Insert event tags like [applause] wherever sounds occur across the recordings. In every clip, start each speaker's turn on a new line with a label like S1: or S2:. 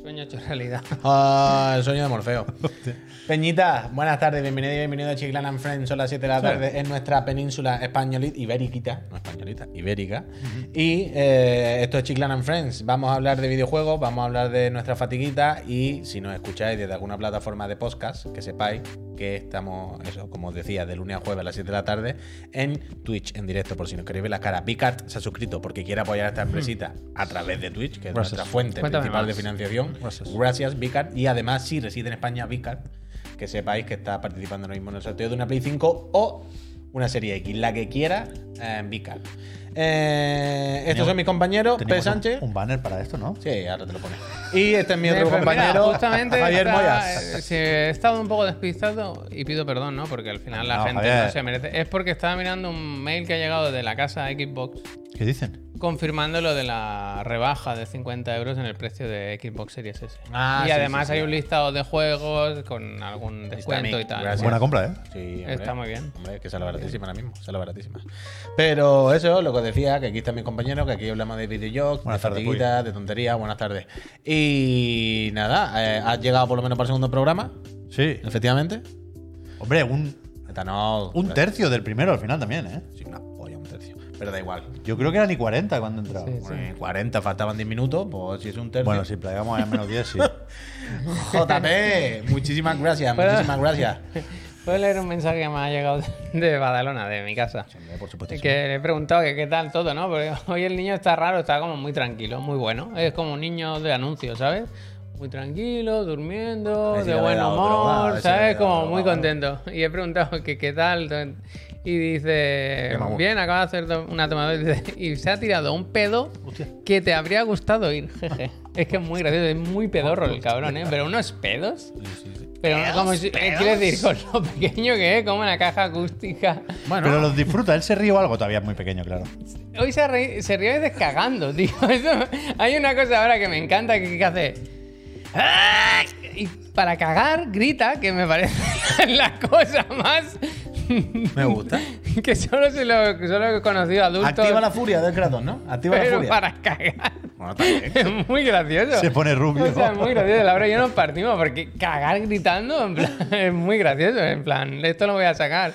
S1: Sueño hecho realidad.
S2: [laughs] Ah, el sueño de Morfeo. Peñita, buenas tardes, bienvenido y bienvenido a Chiclan and Friends. Son las 7 de la tarde en nuestra península españolita, ibérica, no españolita, ibérica. Y eh, esto es Chiclan and Friends. Vamos a hablar de videojuegos, vamos a hablar de nuestra fatiguita y si nos escucháis desde alguna plataforma de podcast, que sepáis que estamos, eso, como os decía, de lunes a jueves a las 7 de la tarde en Twitch en directo, por si nos queréis ver la cara. Picat se ha suscrito porque quiere apoyar a esta empresita a través de Twitch, que es
S3: Gracias.
S2: nuestra fuente
S1: Hmm. Cuéntame
S2: principal de
S1: más.
S2: financiación financiación.
S3: Gracias.
S2: Gracias, Vicar. Y además, si reside en España, Vicar, que sepáis que está participando ahora mismo en el sorteo de una Play 5 o una Serie X, la que quiera, eh, Vicar. Eh, estos
S3: Teníamos-
S2: son mis compañeros, P.
S3: Teníamos
S2: Sánchez.
S3: Un, un banner para esto, ¿no?
S2: Sí, ahora te lo pones. Y este es mi
S1: Eh,
S2: otro
S1: pues mira,
S2: compañero,
S1: justamente
S2: Javier
S1: está-
S2: Moyas.
S1: eh, si he estado un poco despistado y pido perdón, ¿no? Porque al final la
S3: No,
S1: gente
S3: Javier.
S1: no se merece. Es porque estaba mirando un mail que ha llegado de la casa Xbox
S3: ¿Qué dicen?
S1: confirmando lo de la rebaja de 50 euros en el precio de Xbox Series S.
S2: Ah,
S1: y
S2: sí,
S1: además
S2: sí, sí.
S1: hay un listado de juegos con algún descuento
S2: Mick,
S1: y tal.
S2: gracias.
S3: Buena compra, ¿eh?
S2: Sí,
S1: Está muy bien.
S2: Hombre, que sale baratísima ahora mismo, sale baratísima. Pero eso, lo que os decía, que aquí están mis compañeros, que aquí hablamos de videojuegos, de
S3: Buenas tardes,
S2: fatiguitas, de tonterías, buenas tardes. Y nada, eh, has llegado por lo menos para el segundo programa,
S3: Sí.
S2: efectivamente.
S3: Hombre, un,
S2: Etanol.
S3: un tercio del primero al final también, ¿eh?
S2: Sí, una polla, un tercio. Pero da igual.
S3: Yo creo que era ni 40 cuando entraba.
S1: Sí.
S2: Bueno, en 40, faltaban 10 minutos, pues si es un tercio.
S3: Bueno, si plegamos a menos
S2: [laughs]
S3: 10, sí.
S1: [laughs]
S2: JP, muchísimas gracias,
S1: Pero- [laughs]
S2: muchísimas gracias.
S1: Puedo leer un mensaje que me ha llegado [laughs] de Badalona, de mi casa.
S2: Hombre, Por supuesto.
S1: Que le he preguntado que qué tal todo, ¿no? Porque [laughs] hoy el niño está raro, está como muy tranquilo, muy bueno. Es como un niño de anuncio, ¿sabes? Muy tranquilo,
S2: A
S1: durmiendo,
S2: ver si
S1: de
S2: le
S1: buen
S2: había dado droga, a ver
S1: humor,
S2: si le había
S1: ¿sabes?
S2: dado
S1: Como
S2: droga,
S1: muy
S2: ¿no?
S1: contento. Y he preguntado que qué tal. to- Y dice,
S2: mamón.
S1: bien, acaba de hacer to- una tomada y dice, y se ha tirado un pedo que te habría gustado ir, [laughs] jeje. Es que es muy gracioso, es muy pedorro el cabrón, ¿eh? Pero unos pedos. Pero como si, eh, quiero decir, con lo pequeño que es, como una caja acústica.
S3: Pero los disfruta, él se ríe o algo, todavía es muy pequeño, claro.
S1: Hoy se, ríe se ríe a veces cagando, [laughs] tío. Eso- hay una cosa ahora que me encanta que, que hace. ¡Ah! Y para cagar, grita, que me parece [laughs] la cosa más. [laughs]
S2: Me gusta.
S1: que solo se lo solo he conocido adultos.
S2: Activa la furia del Kratos, ¿no? Activa la
S1: pero
S2: furia.
S1: para cagar.
S2: Bueno, está bien.
S1: Es muy gracioso.
S3: Se pone rubio.
S1: O sea, es muy gracioso. Laura y yo nos partimos porque cagar gritando en plan, [laughs] es muy gracioso. En plan, esto lo voy a sacar.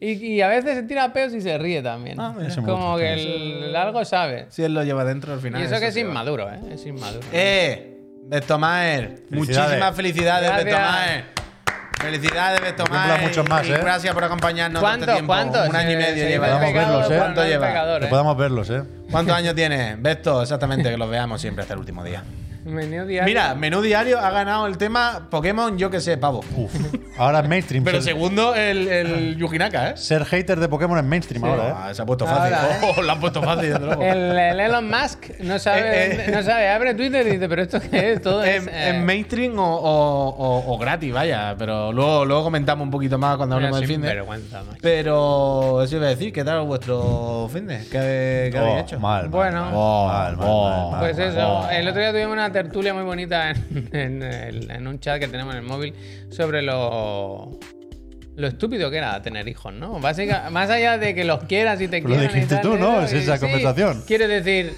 S1: Y, y a veces se tira peos y se ríe también.
S2: Ah, mira.
S1: es
S3: Eso me
S1: como
S3: gusta,
S1: que el, el algo sabe.
S2: Si él lo lleva dentro al final.
S1: Y eso que es
S2: se va.
S1: inmaduro, ¿eh? Es inmaduro.
S2: ¡Eh! Bestomaer, muchísimas felicidades,
S1: Gracias.
S2: Bestomaer. Felicidades, Bestomaer.
S3: Cumpla muchos más,
S2: y
S3: ¿eh?
S2: Gracias por acompañarnos
S1: ¿Cuántos?
S2: tanto tiempo.
S1: ¿Cuántos?
S2: Un año y
S1: Eh,
S2: medio
S1: sí,
S2: lleva.
S3: podemos verlos, ¿eh?
S1: Pero
S2: ¿Cuánto
S1: no
S2: lleva?
S1: es pecador.
S3: Que podamos verlos, ¿eh?
S2: ¿Cuántos años tiene? Besto, exactamente, que los veamos siempre hasta el último día.
S1: Menú diario.
S2: Mira, menú diario ha ganado el tema Pokémon, yo que sé, pavo.
S3: Uf. Ahora es mainstream.
S2: Pero
S3: ser,
S2: segundo, el, el Yujinaka, ¿eh?
S3: ser hater de Pokémon es mainstream ahora, ¿eh?
S2: Ah, se ha puesto fácil.
S1: Ahora, ¿eh?
S2: Oh, [laughs] lo han puesto fácil, desde luego.
S1: el, el Elon Musk no [laughs] sabe,
S2: Eh, eh.
S1: no sabe, abre Twitter y dice, pero esto qué es, todo es,
S2: En,
S1: eh,
S2: en mainstream o, o- o- o gratis, vaya. Pero luego, luego comentamos un poquito más cuando hablemos del fin de.
S1: sinvergüenza, macho.
S2: Pero eso iba a decir, ¿qué tal vuestro fin de? ¿Qué, qué habéis
S3: Oh,
S2: hecho?
S3: Mal, mal,
S1: Bueno.
S3: mal,
S2: Oh,
S3: mal, mal,
S2: oh.
S3: mal, mal,
S1: Pues
S3: mal.
S1: eso, el otro día tuvimos una tertulia muy bonita en, [laughs] en el- en un chat que tenemos en el móvil sobre lo, lo estúpido que era tener hijos, ¿no? Básica, más allá de que los quieras y te
S3: Lo
S1: quieran. y
S3: dijiste
S1: tal,
S3: tú,
S1: y
S3: ¿no?
S1: tal,
S3: Es
S1: y
S3: esa
S1: sí,
S3: conversación.
S1: Quiero decir,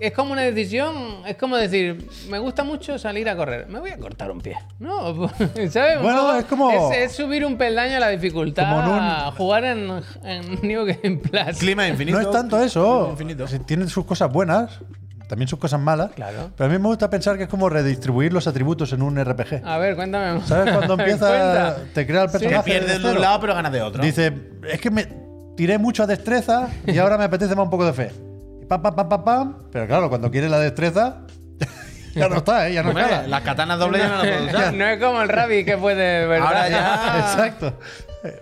S1: es como una decisión, es como decir, me gusta mucho salir a correr, me voy a cortar un pie, ¿no? [laughs] ¿Sabes? Un
S3: Bueno,
S1: poco
S3: es como-
S1: Es, es subir un peldaño a la dificultad,
S3: Como en un-
S1: jugar en, en New Game Plus.
S2: Clima infinito.
S3: No es tanto eso.
S2: Infinito.
S3: Si Tienen sus cosas buenas, también sus cosas malas.
S1: [laughs] Claro.
S3: Pero a mí me gusta pensar que es como redistribuir los atributos en un RPG.
S1: A ver, cuéntame. más.
S3: ¿Sabes?
S1: [laughs]
S2: [laughs]
S3: Cuando empieza,
S1: Cuenta.
S3: te crea el
S2: Te
S3: personaje.
S2: pierdes
S3: desde
S2: de un
S3: cero.
S2: lado, pero ganas de otro.
S3: Dice, es que me tiré mucho a destreza y ahora me apetece más un poco de fe. Y pam, pam, pam, pam, pam. Pero claro, cuando quieres la destreza, [laughs] ya no está, ¿eh? Ya no
S2: Hombre,
S3: está.
S2: las katanas dobles ya no las [laughs] puedo
S1: No,
S2: usar.
S1: no es como el Rabi que puede, ¿verdad?
S2: Ahora ya.
S3: [laughs] Exacto.
S1: Pues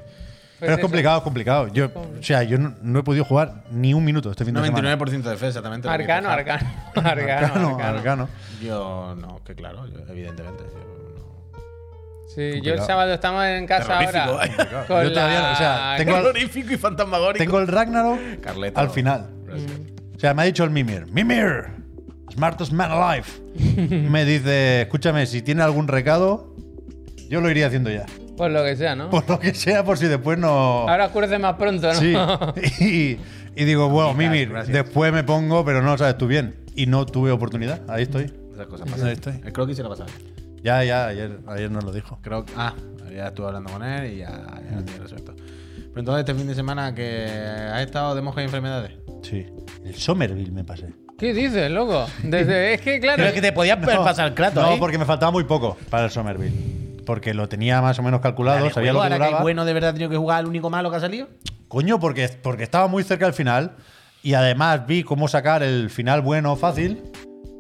S3: Pero es
S1: eso.
S3: complicado, es complicado. Yo, o sea, yo no, no he podido jugar ni un minuto este fin de semana.
S2: 99% de fe, exactamente. lo que
S1: Arcano,
S2: dice.
S1: arcano, arcano,
S3: Arcano,
S1: arcano.
S3: arcano.
S2: Yo no, que claro, yo, evidentemente. yo no.
S1: Sí, yo el
S3: Complicado. eh.
S1: sábado estamos en casa
S2: Terrorífico,
S1: ahora.
S2: vaya.
S1: con
S3: Yo todavía,
S1: la-
S3: o sea, tengo- al-
S2: Terrorífico y fantasmagórico.
S3: Tengo el Ragnarok
S2: Carleta.
S3: al final.
S2: Gracias.
S3: O sea, me ha dicho el Mimir, Mimir, smartest man alive.
S2: [laughs]
S3: Me dice, escúchame, si tiene algún recado, yo lo iría haciendo ya.
S1: Por lo que sea, ¿no?
S3: Por lo que sea, por si después no...
S1: Ahora oscurece más pronto, ¿no?
S2: [laughs]
S3: Sí. Y, y digo, bueno,
S2: Gracias,
S3: Mimir,
S2: gracias.
S3: después me pongo, pero no lo sabes tú bien. Y no tuve oportunidad. Ahí estoy.
S2: Esas cosas pasan.
S3: Ahí estoy.
S2: El croquis se lo pasaba.
S3: Ya, ya, ayer, ayer nos lo dijo.
S2: Creo que. Ah, ya estuve hablando con él y ya, ya lo tiene resuelto. Pero entonces, este fin de semana que has estado de moscas y enfermedades.
S3: Sí. El Somerville me pasé.
S1: [laughs] ¿Qué dices, loco? Desde, es que, claro.
S2: Creo que te podías pasar el crato. ¿eh?
S3: No,
S2: ahí.
S3: porque me faltaba muy poco para el Somerville. Porque lo tenía más o menos calculado,
S2: Ahora de
S3: sabía
S2: juego,
S3: lo que
S2: ahora que
S3: duraba.
S2: el bueno de verdad ha tenido que jugar al único malo que ha salido.
S3: Coño, porque, porque estaba muy cerca del final. Y además vi cómo sacar el final bueno fácil.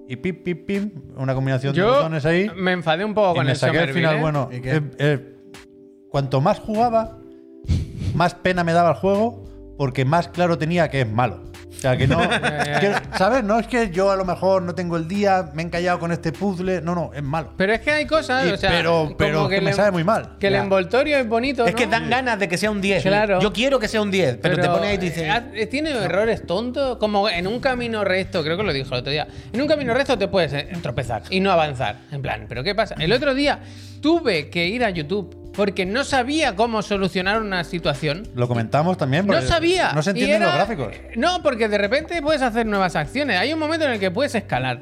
S3: Y pim, pim, pim. Una combinación de
S1: Yo
S3: botones ahí.
S1: me enfadé un poco
S3: y
S1: con
S3: me
S1: el
S3: saqué el
S1: Somerville,
S3: final
S1: ¿eh?
S3: bueno.
S2: ¿Y qué?
S3: Eh, eh, cuanto más jugaba, más pena me daba el juego. Porque más claro tenía que es malo. O
S1: [laughs]
S3: sea, que no. que- ¿Sabes? No es que yo a lo mejor no tengo el día, me he encallado con este puzzle. No, no, es malo.
S1: Pero es que hay cosas,
S3: Y-
S1: o sea,
S3: pero
S1: como
S3: pero que,
S1: el
S3: me
S1: en-
S3: sabe muy mal.
S1: que el
S3: Ya.
S1: envoltorio es bonito.
S2: Es que
S1: ¿no?
S2: dan ganas de que sea un 10.
S1: Claro.
S2: Yo quiero que sea un 10, pero, te pones ahí y te
S1: eh,
S2: dices.
S1: haz- eh, tiene errores tontos. Como en un camino recto, creo que lo dijo el otro día. En un camino recto te puedes eh, tropezar y no avanzar. En plan, ¿pero qué pasa? El otro día tuve que ir a YouTube porque no sabía cómo solucionar una situación.
S3: Lo comentamos también.
S1: No
S3: porque
S1: sabía.
S3: No se
S1: Y
S3: entienden
S1: era-
S3: los gráficos.
S1: No, porque de repente puedes hacer nuevas acciones. Hay un momento en el que puedes escalar.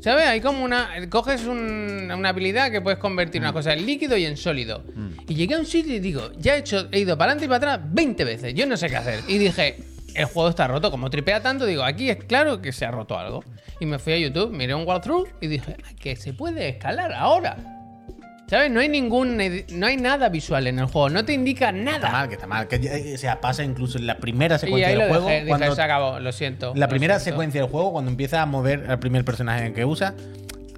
S1: ¿Sabes? Hay como una. Coges un- una habilidad que puedes convertir
S3: Mm.
S1: una cosa en líquido y en sólido. Y llegué a un sitio y digo, ya he hecho, he ido para adelante y para atrás 20 veces. Yo no sé qué hacer. Y dije, el juego está roto. Como tripea tanto, digo, aquí es claro que se ha roto algo. Y me fui a YouTube, miré un walkthrough y dije, "Ah, que se puede escalar ahora. ¿Sabes? No hay ningún. No hay nada visual en el juego. No te indica
S2: Está
S1: nada.
S2: mal, que está mal. Que eh, o sea, pasa incluso en la primera
S1: Y
S2: secuencia
S1: ahí lo
S2: del juego.
S1: dejé, dije,
S2: cuando
S1: se acabó, lo siento.
S2: la
S1: lo
S2: primera
S1: siento".
S2: secuencia del juego, cuando empieza a mover al primer personaje que usa,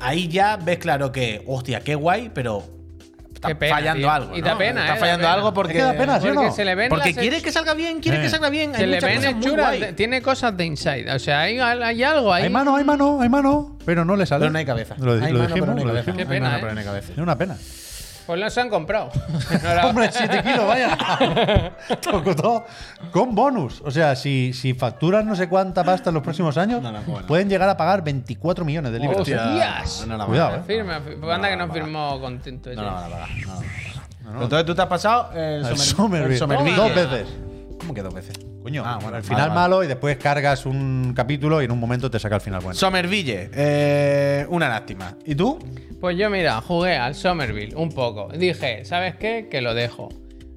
S2: ahí ya ves claro que, hostia, qué guay, pero está
S1: Qué pena,
S2: fallando
S1: tío.
S2: algo.
S1: Y
S2: ¿no?
S1: da pena,
S2: Está
S1: eh, da
S2: fallando
S1: pena.
S2: algo porque.
S3: Es que da pena, ¿sí o
S1: Porque
S3: no?
S1: se le ven
S2: Porque
S1: las Eh.
S2: quiere que salga bien, quiere
S3: Sí.
S2: que salga bien. Hay
S1: Se le
S2: muchas
S1: ven
S2: cosas muy
S1: hechuras,
S2: guay.
S1: de- tiene cosas de inside. O sea, hay, hay algo ahí.
S3: Hay mano, hay mano, hay mano. Pero no le sale.
S2: Pero no hay cabeza.
S3: Lo, di-
S2: Hay
S3: lo
S2: mano, pero
S3: dijimos.
S2: no hay
S3: lo
S2: cabeza.
S3: dijimos.
S1: Qué
S2: Hay
S1: pena,
S2: mano,
S1: ¿eh?
S2: pero no hay cabeza.
S3: Es una pena.
S1: Pues los han
S2: [laughs]
S1: comprado. No era-
S3: Hombre, 7 kilos, vaya. [laughs] Tocó todo. Con bonus. O sea, si, si facturas no sé cuánta pasta en los próximos años,
S2: No, no, bueno.
S3: pueden llegar a pagar 24 millones de libras.
S1: Hostia.
S2: Hostias. No la van a
S3: Cuidado,
S2: pagar.
S3: eh.
S1: Firma, fi- banda que no
S2: no,
S1: firmó contento.
S2: No
S1: ya.
S2: la van a pagar. no la van a pagar. Entonces tú te has pasado el,
S3: Al
S2: Somerville-
S3: Somerville.
S2: el Somerville.
S3: Dos veces.
S2: ¿Cómo que dos veces?
S3: Coño,
S2: Ah, bueno,
S3: al
S2: vale,
S3: final
S2: vale.
S3: malo y después cargas un capítulo y en un momento te saca el final bueno.
S2: Somerville, eh, una lástima. ¿Y tú?
S1: Pues yo, mira, jugué al Somerville un poco. Dije, ¿sabes qué? Que lo dejo.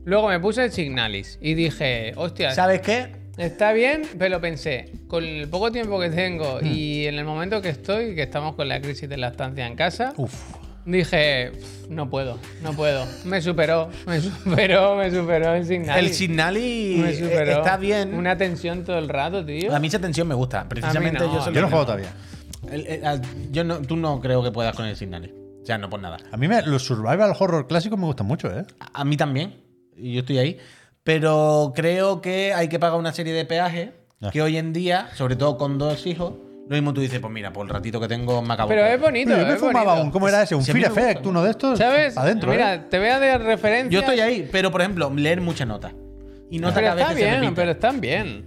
S1: Luego me puse el Signalis y dije, hostia,
S2: ¿Sabes qué?
S1: Está bien, pero pensé, con el poco tiempo que tengo
S2: Hmm.
S1: y en el momento que estoy, que estamos con la crisis de la estancia en
S2: Uh,
S1: casa, dije, "Pf, no puedo, no puedo. Me superó, me superó, me superó el Signal.
S2: El Signali eh,
S1: me superó.
S2: está bien.
S1: Una tensión todo el rato, tío.
S2: A mí esa tensión me gusta. Precisamente
S1: A mí no,
S2: yo solo.
S3: Yo no juego todavía.
S2: El- el- al- yo no, tú no creo que puedas con el Signali. O sea, no por nada.
S3: A mí me- los survival horror clásicos me gustan mucho, ¿eh?
S2: A, a mí también. Y yo estoy ahí. Pero creo que hay que pagar una serie de peajes
S3: Ya.
S2: que hoy en día, sobre todo con dos hijos, lo mismo tú dices, pues mira, por el ratito que tengo me acabo.
S1: Pero
S2: todo.
S1: es bonito,
S3: yo me
S1: es
S3: fumaba
S1: bonito.
S3: un, ¿cómo era ese? Un
S2: Si a mí
S3: Fear
S2: me gusta
S3: Effect, uno de estos.
S1: ¿Sabes?
S3: Adentro.
S1: Mira,
S3: ¿eh?
S1: te voy a dar referencia.
S2: Yo estoy ahí, pero por ejemplo, leer muchas notas. Y notas
S1: Pero
S2: que a veces
S1: está
S2: se
S1: bien,
S2: repiten.
S1: pero están bien.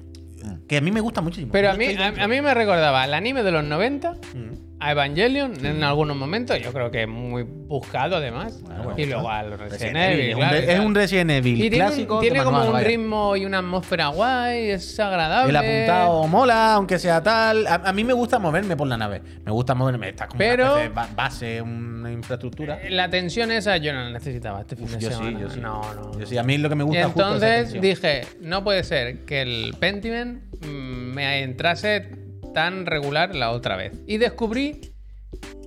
S2: Que a mí me gusta muchísimo.
S1: Pero a
S2: Yo
S1: mí,
S2: estoy
S1: a,
S2: dentro.
S1: a mí me recordaba al anime de los 90,
S2: Mm.
S1: a Evangelion en algunos momentos, yo creo que es muy buscado además. y luego al Resident
S2: Resident
S1: Evil.
S2: Evil, es un
S1: claro,
S2: re-
S1: y tal.
S2: es un Resident Evil
S1: y tiene, un-
S2: clásico.
S1: tiene
S2: de
S1: como
S2: manual,
S1: un
S2: vaya.
S1: ritmo y una atmósfera guay, es agradable.
S2: El apuntado mola, aunque sea tal. A, a mí me gusta moverme por la nave. Me gusta moverme. Está como
S1: Pero-
S2: una especie de ba- base, una infraestructura.
S1: La tensión esa yo no la necesitaba este fin
S2: Uf,
S1: de
S2: yo sí,
S1: semana.
S2: yo sí.
S1: No, no.
S2: Yo sí, a mí lo que me
S1: Y
S2: gusta justo es esa
S1: entonces
S2: tensión.
S1: dije, no puede ser que el Pentiment mm, me entrase tan regular la otra vez. Y descubrí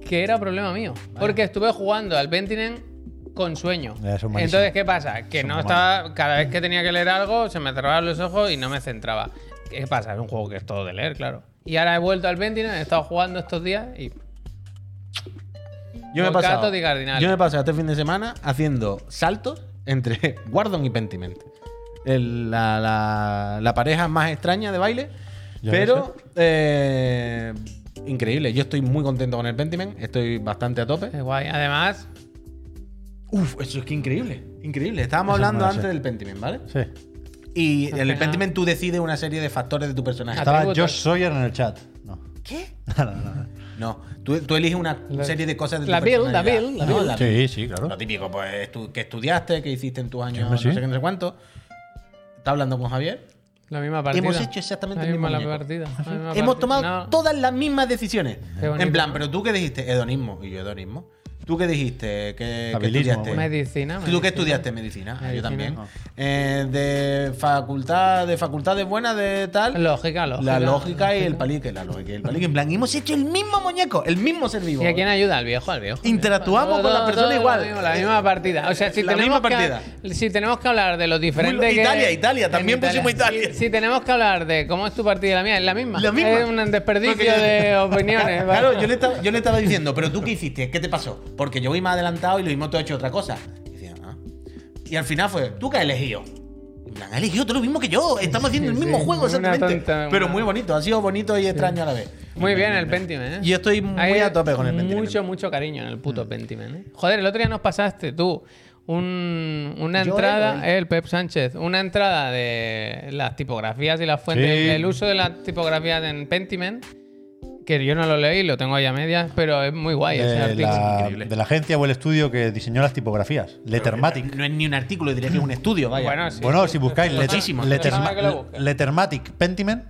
S1: que era problema mío. Porque estuve jugando al Pentiment con sueño.
S3: Ya, son malísimos.
S1: Entonces, ¿qué pasa? Que
S3: Son
S1: no
S3: muy
S1: estaba. Cada vez que tenía que leer algo, se me cerraban los ojos y no me centraba. ¿Qué pasa? Es un juego que es todo de leer, claro. Y ahora he vuelto al Pentiment, he estado jugando estos días y.
S2: Yo me he
S1: Bocato
S2: pasado.
S1: di Cardinal.
S2: Yo me he pasado este fin de semana haciendo saltos entre [laughs] Wardon y Pentiment. El- la, la- la pareja más extraña de baile.
S3: Ya
S2: pero eh, increíble. Yo estoy muy contento con el Pentiment. Estoy bastante a tope.
S1: Es guay. Además,
S2: Uf, eso es que increíble. Increíble. Estábamos
S3: Eso es
S2: hablando
S3: bueno,
S2: antes
S3: sí.
S2: del Pentiment, ¿vale?
S3: Sí.
S2: Y en el
S1: Ajá.
S2: Pentiment tú decides una serie de factores de tu personaje.
S1: Ajá.
S3: Estaba
S1: Atributos.
S3: Josh Sawyer en el chat. No.
S2: ¿Qué?
S3: Nada, nada.
S2: No, tú, tú eliges una
S1: La-
S2: serie de cosas de tu
S1: la build, la
S2: personalidad.
S1: build, la build.
S2: No,
S3: Sí, sí, claro.
S2: Lo típico, pues, tú- que estudiaste, que hiciste en tus años, no
S3: hombre, sí.
S2: sé qué, no sé cuánto. Está hablando con Javier
S1: La misma partida.
S2: Hemos hecho exactamente
S1: la
S2: el mismo
S1: misma la
S2: muñeco.
S1: partida. la misma
S2: Hemos
S1: partida.
S2: tomado
S1: No.
S2: todas las mismas decisiones.
S1: Qué bonito.
S2: En plan, pero tú qué dijiste, hedonismo. Y yo, hedonismo. ¿Tú qué dijiste? ¿Qué, qué
S3: Habilismo,
S2: estudiaste?
S3: bueno.
S1: Medicina.
S2: ¿Tú qué
S1: medicina.
S2: estudiaste? Medicina. Ah, yo
S1: Medicina.
S2: también. Eh, de facultad, de facultades buenas, de tal.
S1: Lógica, lógica.
S2: la lógica y el palique, la lógica y el palique. En plan, hemos hecho el mismo muñeco, el mismo ser vivo.
S1: ¿Y a quién ayuda? Al viejo, al viejo.
S2: Interactuamos
S1: Todo,
S2: con la
S1: todo,
S2: persona
S1: todo lo
S2: igual.
S1: mismo, la misma partida. O sea, si
S2: La
S1: tenemos
S2: misma
S1: que-
S2: partida.
S1: si tenemos que hablar de lo diferente
S2: Muy-
S1: que
S2: Italia,
S1: en
S2: Italia, también pusimos Italia.
S1: Si, si tenemos que hablar de cómo es tu partida y la mía, es la misma.
S2: La misma.
S1: Es un desperdicio
S2: Porque yo-
S1: de opiniones.
S2: [laughs] Claro,
S1: ¿vale?
S2: yo le, estaba, yo le estaba diciendo, pero tú qué hiciste, qué te pasó. Porque yo voy más adelantado y lo mismo tú has hecho otra cosa. Y, decía, "Ah". Y al final fue, ¿tú qué has elegido? En plan, ha elegido tú lo mismo que yo. Estamos haciendo el
S1: Sí,
S2: mismo
S1: sí,
S2: juego
S1: una
S2: exactamente.
S1: tonta,
S2: pero
S1: una-
S2: muy bonito, ha sido bonito y extraño a la vez.
S1: Muy bien el Pentiment, ¿eh?
S2: Y yo estoy muy
S1: Hay
S2: a tope con el Mm. Pentiment.
S1: Mucho, mucho cariño en el puto Pentiment, ¿eh? Joder, el otro día nos pasaste tú un- una
S2: Yo
S1: entrada, eh,
S2: era
S1: el Pep Sánchez, una entrada de las tipografías y las fuentes,
S3: Sí.
S1: el uso de las tipografías en Pentiment, que yo no lo leí, lo tengo ahí a medias, pero es muy guay ese
S3: De
S1: artículo.
S3: la,
S2: increíble.
S3: de la agencia o el estudio que diseñó las tipografías. Lettermatic.
S2: No es ni un artículo, diría que es un estudio, vaya.
S1: Bueno, sí.
S3: bueno, si buscáis
S1: Pues
S3: Letter-
S1: muchísimo.
S3: Letterma-
S1: Déjame que lo busque.
S3: Lettermatic Pentiment,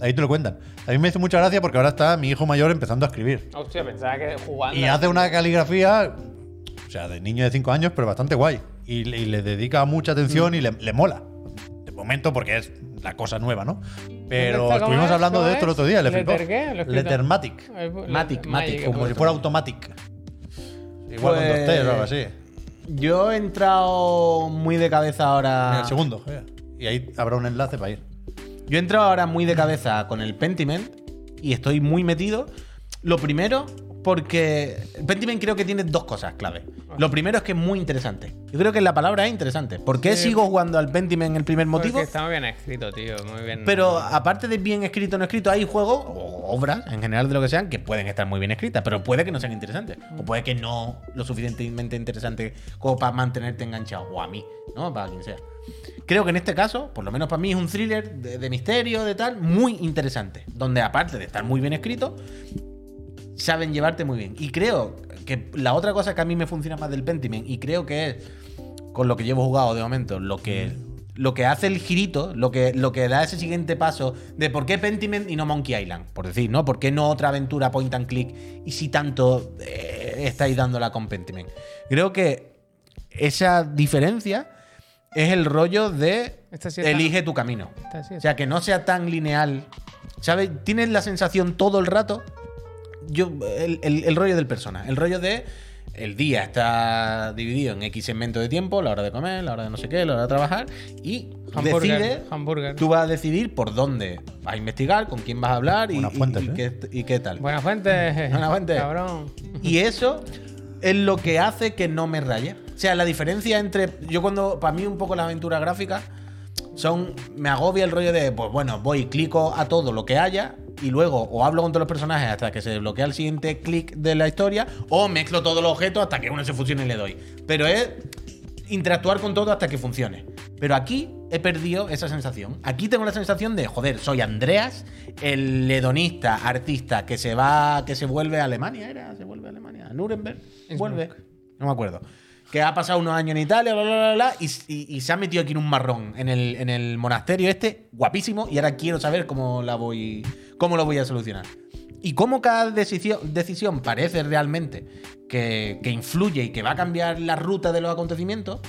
S3: ahí te lo cuentan. A mí me hizo mucha gracia porque ahora está mi hijo mayor empezando a escribir.
S1: Hostia, pensaba que jugando.
S3: Y hace una caligrafía, o sea, de niño de 5 años, pero bastante guay. Y, le- y le dedica mucha atención
S1: Mm.
S3: y le, le mola. De momento, porque es la cosa nueva, ¿no? Pero
S1: ¿Dónde está? ¿Cómo
S3: estuvimos
S1: es?
S3: hablando
S1: ¿Cómo
S3: de esto el
S1: es?
S3: otro día. Le
S1: ¿Letter
S3: flipó.
S1: qué? Lo he escrito.
S3: Lettermatic.
S1: Eh, pues,
S2: Matic, Matic,
S3: Como si fuera automatic. Igual con dos
S2: Pues-
S3: T's o algo así.
S2: Yo he entrado muy de cabeza ahora.
S1: ah.
S3: En el segundo. joder. Y ahí habrá un enlace para ir.
S2: Yo he entrado ahora muy de cabeza con el Pentiment y estoy muy metido. Lo primero, porque Pentiment creo que tiene dos cosas clave. Lo primero es que es muy interesante. Yo creo que la palabra es interesante. ¿Por qué
S1: Sí.
S2: sigo jugando al Pentiment el primer motivo?
S1: Porque está muy bien escrito, tío, muy bien.
S2: Pero aparte de bien escrito o no escrito, hay juegos o obras, en general de lo que sean, que pueden estar muy bien escritas, pero puede que no sean interesantes. O puede que no lo suficientemente interesante como para mantenerte enganchado. O a mí, ¿no? Para quien sea. Creo que en este caso, por lo menos para mí, es un thriller de, de misterio, de tal, muy interesante. Donde aparte de estar muy bien escrito, saben llevarte muy bien. Y creo que la otra cosa que a mí me funciona más del Pentiment, y creo que es con lo que llevo jugado de momento, lo que, lo que hace el girito, lo que, lo que da ese siguiente paso de por qué Pentiment y no Monkey Island, por decir, ¿no? ¿Por qué no otra aventura point and click y si tanto eh, estáis dándola con Pentiment? Creo que esa diferencia es el rollo de
S1: Esta sí está-
S2: elige tu camino.
S1: Esta sí
S2: O
S1: está-
S2: sea, que no sea tan lineal. ¿Sabes? Tienes la sensación todo el rato. Yo, el, el- el rollo del persona. El rollo de. El día está dividido en X segmento de tiempo, la hora de comer, la hora de no sé qué, la hora de trabajar. Y
S1: hamburger,
S2: decide.
S1: hamburger.
S2: Tú vas a decidir por dónde vas a investigar, con quién vas a hablar y,
S3: Buenas
S2: y-
S3: fuentes,
S2: y
S3: ¿eh?
S2: qué, y qué tal.
S1: Buena fuente.
S2: Buena fuente.
S1: Cabrón.
S2: Y eso es lo que hace que no me raye. O sea, la diferencia entre. Yo cuando. Para mí, un poco las aventuras gráficas son. Me agobia el rollo de. Pues bueno, voy, clico a todo lo que haya. Y luego o hablo con todos los personajes hasta que se desbloquea el siguiente clic de la historia. O mezclo todos los objetos hasta que uno se fusione y le doy. Pero es interactuar con todo hasta que funcione. Pero aquí he perdido esa sensación. Aquí tengo la sensación de, joder, soy Andreas, el hedonista, artista que se va, que se vuelve a Alemania, era, se vuelve a Alemania, a Nuremberg,
S1: Innsbruck.
S2: vuelve, no me acuerdo. Que ha pasado unos años en Italia, bla, bla, bla, bla, y, y- y se ha metido aquí en un marrón, en el, en el monasterio este, guapísimo, y ahora quiero saber cómo, la voy, cómo lo voy a solucionar. Y cómo cada decisión, decisión parece realmente que, que influye y que va a cambiar la ruta de los acontecimientos,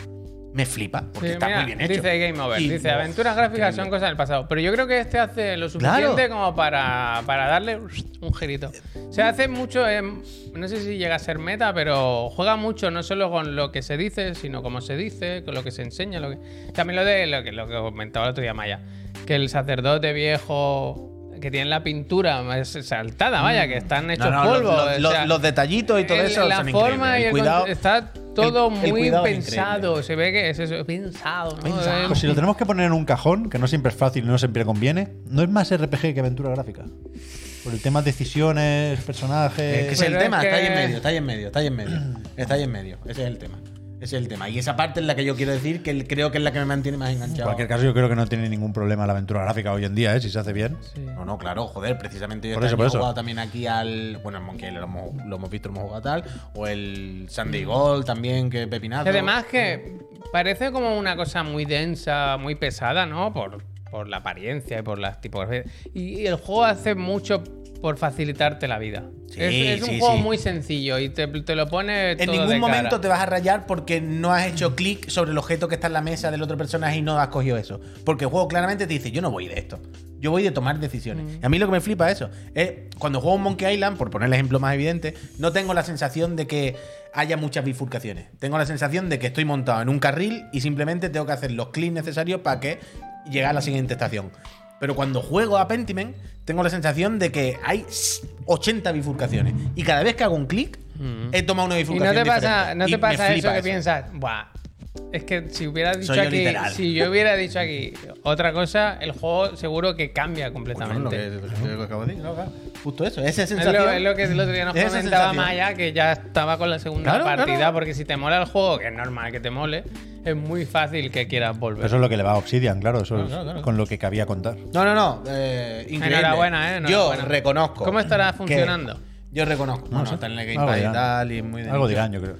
S2: me flipa, porque
S1: Sí,
S2: está
S1: mira,
S2: muy bien hecho.
S1: Dice Game Over,
S2: Y-
S1: dice
S2: uf,
S1: aventuras gráficas son
S2: increíble.
S1: cosas del pasado. Pero yo creo que este hace lo suficiente como para, para darle un girito. Se hace mucho, eh, no sé si llega a ser meta, pero juega mucho no solo con lo que se dice, sino cómo se dice, con lo que se enseña. Lo que... También lo de lo que, lo que comentaba el otro día Maya, que el sacerdote viejo que tiene la pintura más saltada, vaya, que están hechos
S2: No, no,
S1: polvo.
S2: los-
S1: o
S2: los,
S1: sea,
S2: los detallitos y todo
S1: el-
S2: eso
S1: la
S2: son
S1: forma
S2: increíbles.
S1: y
S2: El
S1: el
S2: cuidado,
S1: con- está todo
S2: el- el
S1: muy
S2: cuidado es
S1: pensado. Se ve que es eso, pensado. ¿no?
S2: Pensado.
S1: Eh,
S3: Pues si lo tenemos que poner en un cajón, que no siempre es fácil y no siempre conviene, no es más RPG que aventura gráfica. Por el tema decisiones, personajes.
S2: Es que ese es el
S1: Pero es
S2: tema, está ahí en
S1: que-
S2: medio, está ahí en medio, está ahí en medio. Está ahí en medio, ese es el tema. Ese es el tema. Y esa parte es la que yo quiero decir que el- creo que es la que me mantiene más
S3: En
S2: enganchado.
S3: cualquier caso, yo creo que no tiene ningún problema la aventura gráfica hoy en día, ¿eh? si se hace bien.
S1: sí.
S2: No, no, claro, joder, precisamente yo
S3: Por
S2: este
S3: eso,
S2: año
S3: por
S2: he
S3: eso.
S2: jugado también aquí al. Bueno, el Monkey Island lo hemos, lo hemos visto, lo hemos jugado tal. O el Sandy Gold también, que pepinazo.
S1: Y Además que parece como una cosa muy densa, muy pesada, ¿no? Por, por la apariencia y por las tipografías. Y, y el juego hace mucho por facilitarte la vida.
S2: Sí,
S1: es, es un
S2: sí,
S1: juego
S2: sí.
S1: muy sencillo y te, te lo pone
S2: En
S1: todo
S2: ningún
S1: de cara.
S2: momento te vas a rayar porque no has hecho clic sobre el objeto que está en la mesa del otro personaje y no has cogido eso. Porque el juego claramente te dice, yo no voy de esto. Yo voy de tomar decisiones. Y a mí lo que me flipa es eso. Eh, cuando juego un Monkey Island, por poner el ejemplo más evidente, no tengo la sensación de que haya muchas bifurcaciones. Tengo la sensación de que estoy montado en un carril y simplemente tengo que hacer los clics necesarios para que llegue a la siguiente estación. Pero cuando juego a Pentiment, tengo la sensación de que hay 80 bifurcaciones. Y cada vez que hago un clic,
S1: Mm.
S2: he tomado una bifurcación
S1: Y no te pasa,
S2: diferente.
S1: no
S2: Y
S1: te
S2: me
S1: pasa eso
S2: flipa
S1: que piensas, Buah, es que si hubiera dicho
S2: yo
S1: aquí,
S2: literal".
S1: si yo hubiera dicho aquí otra cosa, el juego seguro que cambia
S2: Coño, lo
S1: completamente.
S2: que- lo que acabo de decir, ¿no? Claro. Justo eso, esa
S1: Es lo,
S2: sensación.
S1: es lo que el otro día
S2: [laughs]
S1: nos
S2: Esa
S1: comentaba
S2: sensación.
S1: Maya, que ya estaba con la segunda
S2: Claro, claro.
S1: partida, porque si te mola el juego, que es normal que te mole, es muy fácil que quieras volver.
S3: Eso es lo que le va a Obsidian, claro. Eso es
S2: claro, claro.
S3: con lo que cabía contar.
S2: No, no, no. eh, increíble.
S1: Enhorabuena, eh, enhorabuena.
S2: Yo reconozco.
S1: ¿Cómo estará
S2: que-
S1: funcionando?
S2: Yo reconozco. No, Ah, no, está en el Game
S3: Algo
S2: Pass y
S3: dirán.
S2: tal, y es muy de
S3: Algo
S2: nicho.
S3: dirán, yo creo.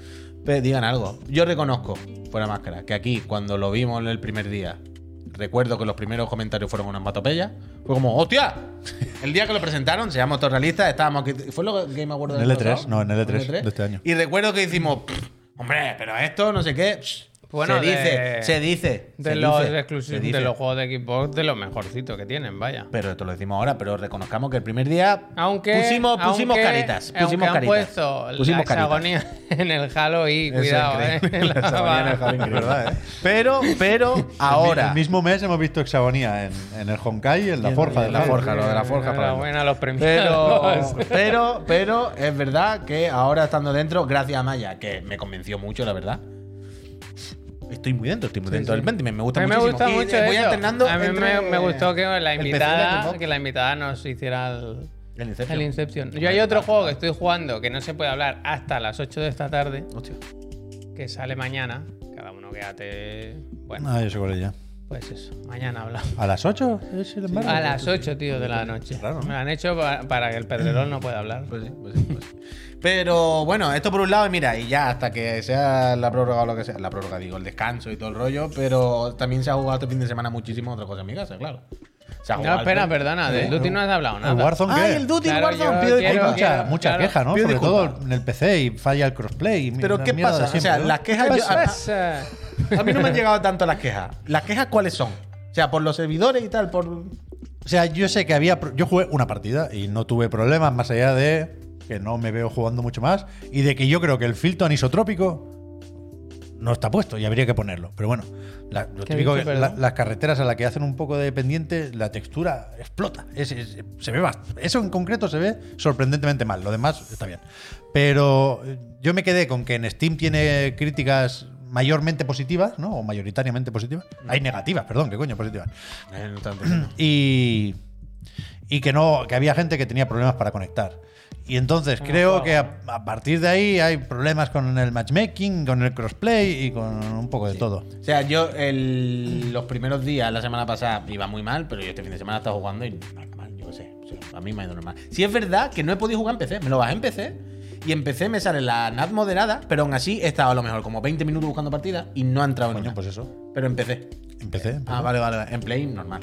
S2: Pero digan algo. Yo reconozco, fuera máscara, que aquí, cuando lo vimos el primer día, recuerdo que los primeros comentarios fueron una matopella. Fue como, ¡hostia! [laughs] El día que lo presentaron, se llama Torrealista, estábamos aquí. ¿Fue lo que me acuerdo
S3: En el E3, no, en el E3 de este año.
S2: E Y recuerdo que decimos, "Pff, hombre, pero esto, no sé qué. pff,
S1: Bueno,
S2: se
S1: de-
S2: dice, se dice.
S1: De
S2: se
S1: los
S2: dice, se
S1: exclusivos,
S2: dice".
S1: de los juegos de Xbox, de lo mejorcito que tienen, vaya.
S2: Pero esto lo decimos ahora, pero reconozcamos que el primer día
S1: Aunque.
S2: pusimos, pusimos
S1: aunque-
S2: caritas. Pusimos
S1: aunque han
S2: caritas.
S1: puesto
S2: Pusimos
S1: la
S2: caritas.
S1: agonía [laughs] en el Halo y
S2: Eso es
S1: cuidado, eh. [laughs]
S2: increíble.
S1: La
S2: La Sabanía en el
S1: va-
S2: Halloween, increíble.
S3: verdad, ¿eh?
S2: Pero,
S1: [laughs]
S2: pero, ahora.
S3: El mismo mes hemos visto Hexagonía en, en el Honkai y en la
S2: en-
S3: Forja.
S2: en
S3: del
S2: la
S3: Halo.
S2: Forja, lo de la Forja, Pablo.
S1: Enhorabuena a los [laughs] premiados.
S2: Pero, [laughs] pero, pero es verdad que ahora estando dentro, gracias a Maya, que me convenció mucho, la verdad. Estoy muy dentro, estoy muy dentro del Pentiment, me [laughs] gusta
S1: a mí me
S2: muchísimo.
S1: gusta
S2: Y,
S1: mucho
S2: eh, voy
S1: eso.
S2: alternando
S1: a mí
S2: entre
S1: me, me gustó que la
S2: el PC y la
S1: invitada
S2: Xbox.
S1: que la invitada nos hiciera el,
S2: El Inception.
S1: el Inception. Yo hay otro juego que estoy jugando que no se puede hablar hasta las 8 de esta tarde,
S2: Hostia.
S1: que sale mañana. Cada uno quédate. Bueno,
S3: Ah, yo sé cuál es ya.
S1: pues eso. Mañana hablamos.
S3: ¿A las 8? ¿Es el embargo?
S1: A las 8, tío, de la noche.
S3: Raro, ¿no?
S1: Me lo han hecho pa- para que el perdedor no pueda hablar.
S2: Pues sí, pues sí, pues sí. Pero bueno, esto por un lado, y mira, y ya hasta que sea la prórroga o lo que sea, la prórroga digo, el descanso y todo el rollo, pero también se ha jugado este fin de semana muchísimo otra cosa en mi casa, claro. Se ha
S1: No,
S2: jugado al
S1: espera,
S2: Play.
S1: perdona. De Duty no has hablado
S3: ¿El
S1: nada.
S3: Warzone
S2: Ay,
S3: qué?
S2: el Duty,
S1: Claro,
S2: el Warzone,
S1: yo
S2: pido
S1: quiero-
S3: Hay
S2: disculpas.
S3: mucha,
S1: claro.
S3: mucha queja, ¿no?
S2: Pido
S3: Sobre todo
S2: disculpas.
S3: en el PC y falla el crossplay. y
S2: Pero
S3: una
S2: ¿qué
S3: mierda
S2: pasa?
S3: de
S2: O sea,
S3: ¿no?
S2: las quejas
S3: ¿Qué
S2: yo-
S3: pasa?
S1: Pasa.
S2: A mí no me han llegado tanto las quejas. ¿Las quejas cuáles son? O sea, por los servidores y tal, por.
S3: O sea, yo sé que había. pro- Yo jugué una partida y no tuve problemas más allá de que no me veo jugando mucho más y de que yo creo que el filtro anisotrópico no está puesto y habría que ponerlo. Pero bueno, la- lo
S1: ¿Qué
S3: típico
S1: dice,
S3: que
S1: perdón?
S3: la- las carreteras a las que hacen un poco de pendiente, la textura explota. Es- es- se ve bast- Eso en concreto se ve sorprendentemente mal. Lo demás está bien. Pero eh, yo me quedé con que en Steam tiene críticas mayormente positivas, ¿no? O mayoritariamente positivas.
S1: Mm.
S3: Hay negativas, perdón, qué coño, positivas Eh, y, y que no que había gente que tenía problemas para conectar. Y entonces
S2: Ah,
S3: creo que a, a partir de ahí hay problemas con el matchmaking, con el crossplay y con un poco de todo.
S2: O sea, yo el- los primeros días, la semana pasada, iba muy mal, pero yo este fin de semana estaba jugando y normal, yo qué sé. O sea, a mí me ha ido normal. Si es verdad que no he podido jugar en PC, me lo bajé en PC y en PC me sale la NAT moderada, pero aún así he estado a lo mejor como 20 minutos buscando partidas y no ha entrado en
S3: Coño,
S2: nada.
S3: pues eso.
S2: Pero en PC.
S3: Empecé.
S2: Ah, vale, vale, vale. En Play, normal.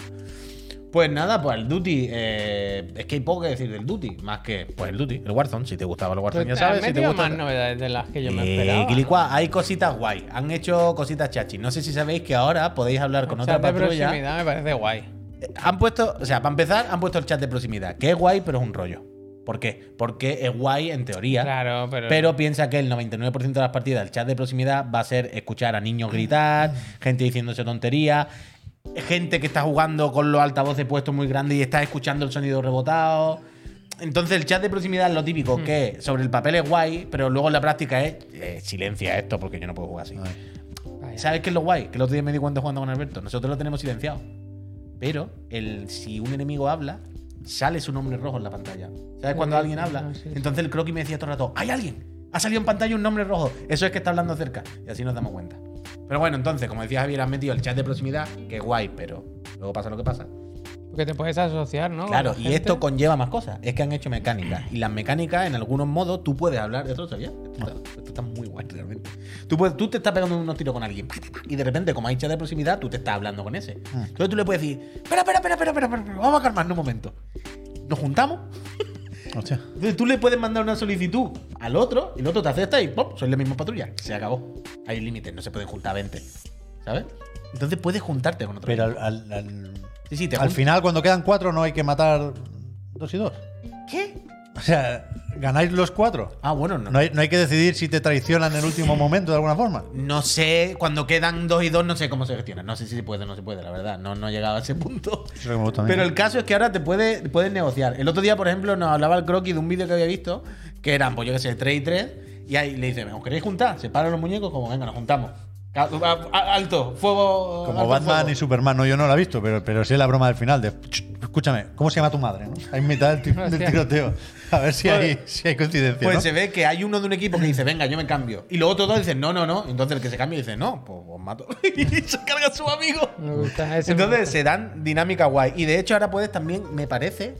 S2: Pues nada, pues el Duty. eh, es que hay poco que decir del Duty, más que pues el Duty, el Warzone. Si te gustaba el Warzone,
S1: Pues
S2: ya
S1: te has
S2: sabes. Si te
S1: metido
S2: gusta.
S1: más novedades de las que yo me
S2: Eh,
S1: esperaba.
S2: Quilicua, hay cositas guay. Han hecho cositas chachi. No sé si sabéis que ahora podéis hablar con
S1: Chat
S2: otra
S1: de
S2: patrulla.
S1: proximidad me parece guay.
S2: Eh, Han puesto, o sea, para empezar, han puesto el chat de proximidad, que es guay, pero es un rollo. ¿Por qué? Porque es guay en teoría.
S1: Claro, pero,
S2: Pero piensa que el 99% de las partidas del chat de proximidad va a ser escuchar a niños gritar, gente diciéndose tonterías, gente que está jugando con los altavoces puestos muy grandes y está escuchando el sonido rebotado. Entonces el chat de proximidad es lo típico, que sobre el papel es guay, pero luego en la práctica es eh, silencia esto porque yo no puedo jugar así.
S3: Ay.
S1: Vaya.
S2: ¿Sabes qué es lo guay? Que el otro día me di cuenta jugando con Alberto. Nosotros lo tenemos silenciado. Pero el, si un enemigo habla, sale su nombre rojo en la pantalla. ¿Sabes cuando alguien habla?
S1: Ah, sí, sí.
S2: Entonces el croquis me decía todo el rato, ¡hay alguien! Ha salido en pantalla un nombre rojo. Eso es que está hablando cerca. Y así nos damos cuenta. Pero bueno, entonces, como decía Javier, han metido el chat de proximidad, que es guay, pero luego pasa lo que pasa.
S1: Porque te puedes asociar,
S3: Oh,
S1: ¿no?
S2: Claro,
S1: Con la
S2: y
S1: gente.
S2: esto conlleva más cosas. Es que han hecho mecánicas. Y las mecánicas, en algunos modos, tú puedes hablar. ¿Esto lo sabías? Esto está, esto está muy guay, realmente. Tú, puedes, tú te estás pegando unos tiros con alguien. pa, pa, pa, Y de repente, como hay chat de proximidad, tú te estás hablando con ese.
S3: Mm.
S2: Entonces tú le puedes decir: Espera, espera, espera, espera, espera, espera, vamos a calmarnos un momento. Nos juntamos.
S3: Hostia.
S2: Entonces tú le puedes mandar una solicitud al otro. Y el otro te acepta y ¡pop! Sois la misma patrulla. Se acabó. Hay límites, no se pueden juntar 20. ¿Sabes? Entonces puedes juntarte con otro.
S3: Pero al, al- al-
S2: sí, sí, te
S3: al
S2: jun-
S3: final, cuando quedan cuatro, no hay que matar dos y dos.
S2: ¿Qué?
S3: O sea, ganáis los cuatro.
S2: Ah, bueno, no.
S3: No hay, no hay que decidir si te traicionan en el último momento de alguna forma.
S2: No sé, cuando quedan dos y dos, no sé cómo se gestiona. No sé si se puede o no se puede, la verdad. No, no he llegado a ese punto.
S3: Eso es lo que me gusta a mí.
S2: Pero el caso es que ahora te puede, puedes negociar. El otro día, por ejemplo, nos hablaba el croquis de un vídeo que había visto, que eran, pues yo qué sé, 3 y 3, y ahí le dice, ¿os queréis juntar? Se paran los muñecos, como venga, nos juntamos. Ca- a- a- Alto, fuego.
S3: Como
S2: alto
S3: Batman
S2: fuego.
S3: y Superman, no, yo no la he visto, pero, pero sí es la broma del final de. "Ch, Escúchame, ¿cómo se llama tu madre? no? Ahí en mitad del, ti- del
S1: Hostia.
S3: tiroteo. A ver si hay, si hay coincidencia.
S2: Pues
S3: ¿no?
S2: se ve que hay uno de un equipo que dice, venga, yo me cambio. Y los otros dos dicen, no, no, no. Y Entonces el que se cambia dice, no, pues os mato. [laughs] y se carga a su amigo.
S1: Me gusta ese
S2: Entonces se dan dinámica guay. Y de hecho ahora puedes también, me parece,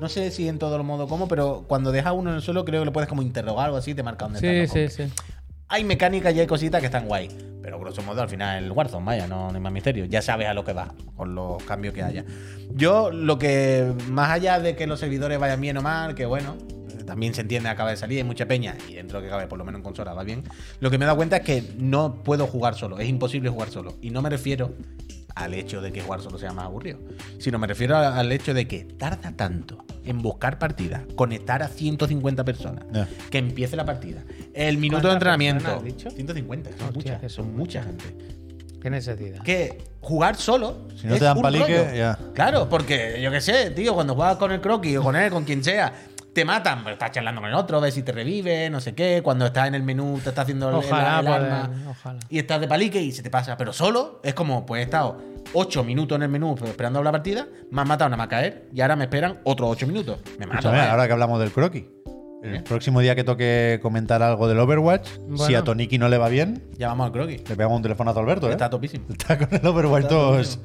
S2: no sé si en todo el modo cómo, pero cuando dejas uno en el suelo creo que lo puedes como interrogar o algo así, te marca dónde
S1: Sí,
S2: estás, ¿no?
S1: sí, sí.
S2: Hay mecánicas y hay cositas que están guay. Pero grosso modo al final el Warzone, vaya, no, no hay más misterio. Ya sabes a lo que vas con los cambios que haya. Yo lo que, más allá de que los servidores vayan bien o mal, que bueno, eh, también se entiende, acaba de salir, hay mucha peña y dentro que cabe, por lo menos en consola, va bien. Lo que me he dado cuenta es que no puedo jugar solo, es imposible jugar solo. Y no me refiero al hecho de que jugar solo sea más aburrido, sino me refiero a- al hecho de que tarda tanto en buscar partidas, conectar a 150 personas,
S3: Ya.
S2: que empiece la partida. El minuto de
S1: ¿Cuántas
S2: entrenamiento.
S1: personas has dicho?
S2: 150, son
S1: Hostia,
S2: muchas,
S1: que son
S2: son mucha gente.
S1: Qué necesidad.
S2: Que jugar solo.
S3: Si no
S2: es
S3: te dan
S2: un
S3: palique,
S2: rollo.
S3: ya.
S2: Claro, porque yo qué sé, tío, cuando juegas con el croquis o con él, con quien sea, te matan, pero estás charlando con el otro, ves si te revive, no sé qué. Cuando estás en el menú, te está haciendo el- el-
S1: Ojalá,
S2: el,
S1: poder-
S2: arma
S1: ojalá.
S2: y estás de palique y se te pasa. Pero solo es como, pues he estado 8 minutos en el menú esperando la partida, me han matado, nada más caer, y ahora me esperan otros 8 minutos. Me matan. ¿eh?
S3: Escúchame, ahora que hablamos del croquis. El próximo día que toque comentar algo del Overwatch, si
S1: Bueno.
S3: a Toniki no le va bien,
S2: Ya vamos al croquis.
S3: le pegamos un telefonazo a Alberto. ¿eh?
S2: Está topísimo.
S3: Está con el Overwatch 2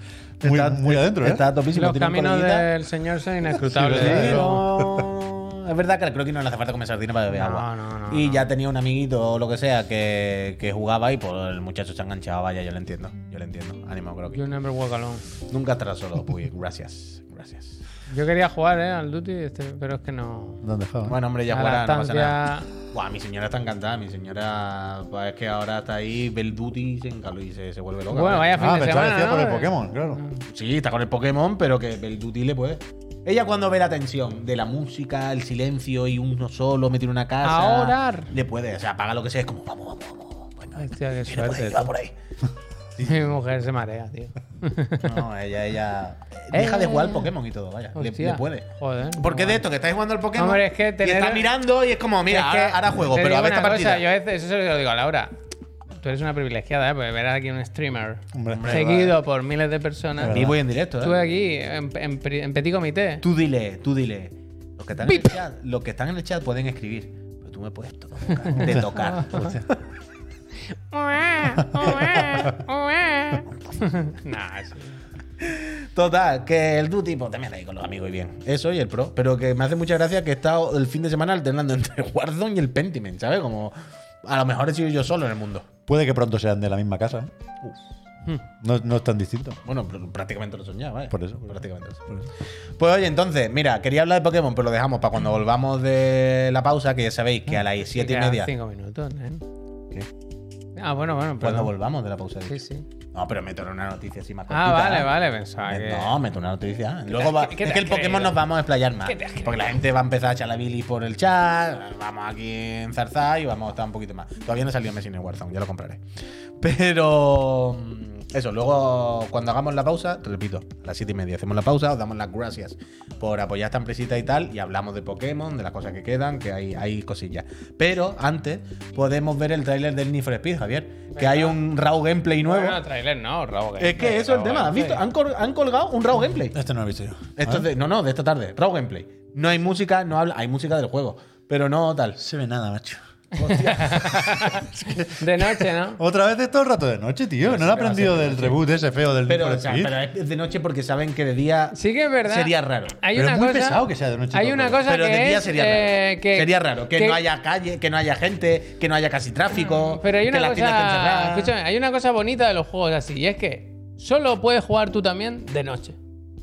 S3: muy, muy adentro. ¿eh?
S2: Está topísimo.
S1: Los
S2: tiene un
S1: caminos
S2: coleguita.
S1: del señor son inescrutables.
S3: Sí, lo
S1: ¿eh?
S3: sé.
S2: Pero es verdad que al croquis no le hace falta comer sardina para beber
S1: No,
S2: agua.
S1: no, no,
S2: y
S1: no.
S2: ya tenía un amiguito o lo que sea que, que jugaba y pues el muchacho se enganchaba, vaya, yo lo entiendo. Yo lo entiendo. Ánimo, croquis.
S1: You never walk alone.
S2: Nunca estarás solo, Puy. Gracias.
S1: [laughs]
S2: Gracias.
S1: Yo quería jugar, ¿eh? Al Duty, este, pero es que no.
S3: Lo han dejado, ¿eh?
S2: Bueno, hombre, ya
S1: A la
S2: jugará, no pasa
S1: estancia-
S2: nada. Buah, mi señora está encantada. Mi señora pues, es que ahora está ahí, ve el duty y se, encaló y se, se vuelve loca.
S1: Bueno, vaya fin
S3: ah,
S1: de
S3: pensaba que
S1: semana.
S3: decía por el
S1: ¿no?
S3: Pokémon, claro.
S2: Sí, está con el Pokémon, pero que el Duty le puede. Ella cuando ve la tensión de la música, el silencio y uno solo metido en una casa.
S1: A orar.
S2: Le puede, o sea, apaga lo que sea, es como vamos, vamos, vamos. Venga, venga,
S1: Hostia,
S2: [laughs]
S1: qué
S2: viene por ahí,
S1: suerte.
S2: va por ahí.
S1: [laughs] Mi mujer se marea, tío.
S2: No, ella, ella. eh, Deja de jugar al Pokémon y todo, vaya. Le,
S1: Hostia.
S2: le puede.
S1: Joder,
S2: Porque
S1: no
S2: de
S1: vale.
S2: esto que estáis jugando al Pokémon.
S1: Hombre, es que tener-
S2: Y estás mirando y es como, mira,
S1: Es que
S2: ahora, ahora juego,
S1: te
S2: pero a
S1: digo
S2: ver esta
S1: una
S2: partida.
S1: Cosa, yo a veces, eso se lo digo a Laura. Tú eres una privilegiada, ¿eh? Porque verás aquí un streamer
S3: Hombre.
S1: seguido por miles de personas.
S2: Vivo y en directo,
S1: Estuve
S2: ¿eh?
S1: aquí en, en pri- en petit comité.
S2: Tú dile, tú dile. Los que, están en el chat, los que están en el chat pueden escribir. Pero tú me puedes tocar. De
S1: [laughs]
S2: tocar.
S1: [laughs] nah, sí.
S2: Total, que el Duty, pues también ahí con los amigos y bien. Eso y el Pro. Pero que me hace mucha gracia que he estado el fin de semana alternando [laughs] entre el Warzone y el Pentiment, ¿sabes? Como a lo mejor he sido yo solo en el mundo.
S3: Puede que pronto sean de la misma casa. ¿eh? No, no es tan distinto.
S2: Bueno, pr- prácticamente lo soñaba, ¿vale?
S3: Por eso, por eso.
S2: prácticamente lo soñaba. Pues oye, entonces, mira, quería hablar de Pokémon, pero lo dejamos para cuando volvamos de la pausa, que ya sabéis que a las
S1: Te
S2: 7 y
S1: quedan
S2: media.
S1: Cinco minutos, ¿eh? Ah, bueno, bueno,
S2: Cuando Pues
S1: perdón.
S2: volvamos de la pausa. he
S1: Sí,
S2: dicho.
S1: sí.
S2: No, pero meto una noticia así más
S1: Ah,
S2: cortita.
S1: vale, vale, pensaba que.
S2: Pues Eh, No, meto una noticia. Luego va,
S1: qué- qué
S2: es
S1: te
S2: que
S1: has
S2: el Pokémon
S1: creído?
S2: nos vamos a explayar más.
S1: ¿Qué te has creído?
S2: Porque la gente va a empezar a echar la bilis por el chat. Vamos aquí a enzarzar y vamos a estar un poquito más. Todavía no salió Messi en el Warzone, ya lo compraré. Pero. mm, Eso, luego cuando hagamos la pausa, te repito, a las 7 y media hacemos la pausa, os damos las gracias por apoyar esta empresita y tal, y hablamos de Pokémon, de las cosas que quedan, que hay, hay cosillas. Pero antes podemos ver el tráiler del Need for Speed, Javier, que hay un raw gameplay nuevo.
S1: Bueno, trailer no, Raw
S2: Es que eso es el tema, ¿has visto? Han, col- han colgado un raw gameplay.
S3: Este no lo he visto yo.
S2: Esto es de- no, no, de esta tarde. Raw gameplay. No hay música, no habla. Hay música del juego, pero no tal.
S3: se ve nada, macho.
S1: De noche, ¿no?
S3: Otra vez de todo el rato de noche, tío. No lo he
S2: pero
S3: aprendido
S2: hace-
S3: del reboot ese feo del
S2: Pero,
S3: Need for
S2: o sea,
S3: Speed.
S2: pero es de noche porque saben que de día
S1: Sí que es verdad.
S2: sería raro.
S1: Hay
S3: Pero
S1: una
S3: es muy
S1: cosa,
S3: pesado que sea de noche
S1: Hay
S3: todo
S1: una
S3: el rato.
S1: cosa
S2: Pero
S1: que
S2: de día
S1: es,
S2: sería
S1: eh,
S2: raro.
S1: que-
S2: sería raro. Que,
S1: que-
S2: no haya calle, que no haya gente, que no haya casi tráfico.
S1: Pero hay
S2: que
S1: una
S2: las tiendas estén
S1: cosa.
S2: cerradas.
S1: Escúchame, hay una cosa bonita de los juegos así, y es que solo puedes jugar tú también de noche.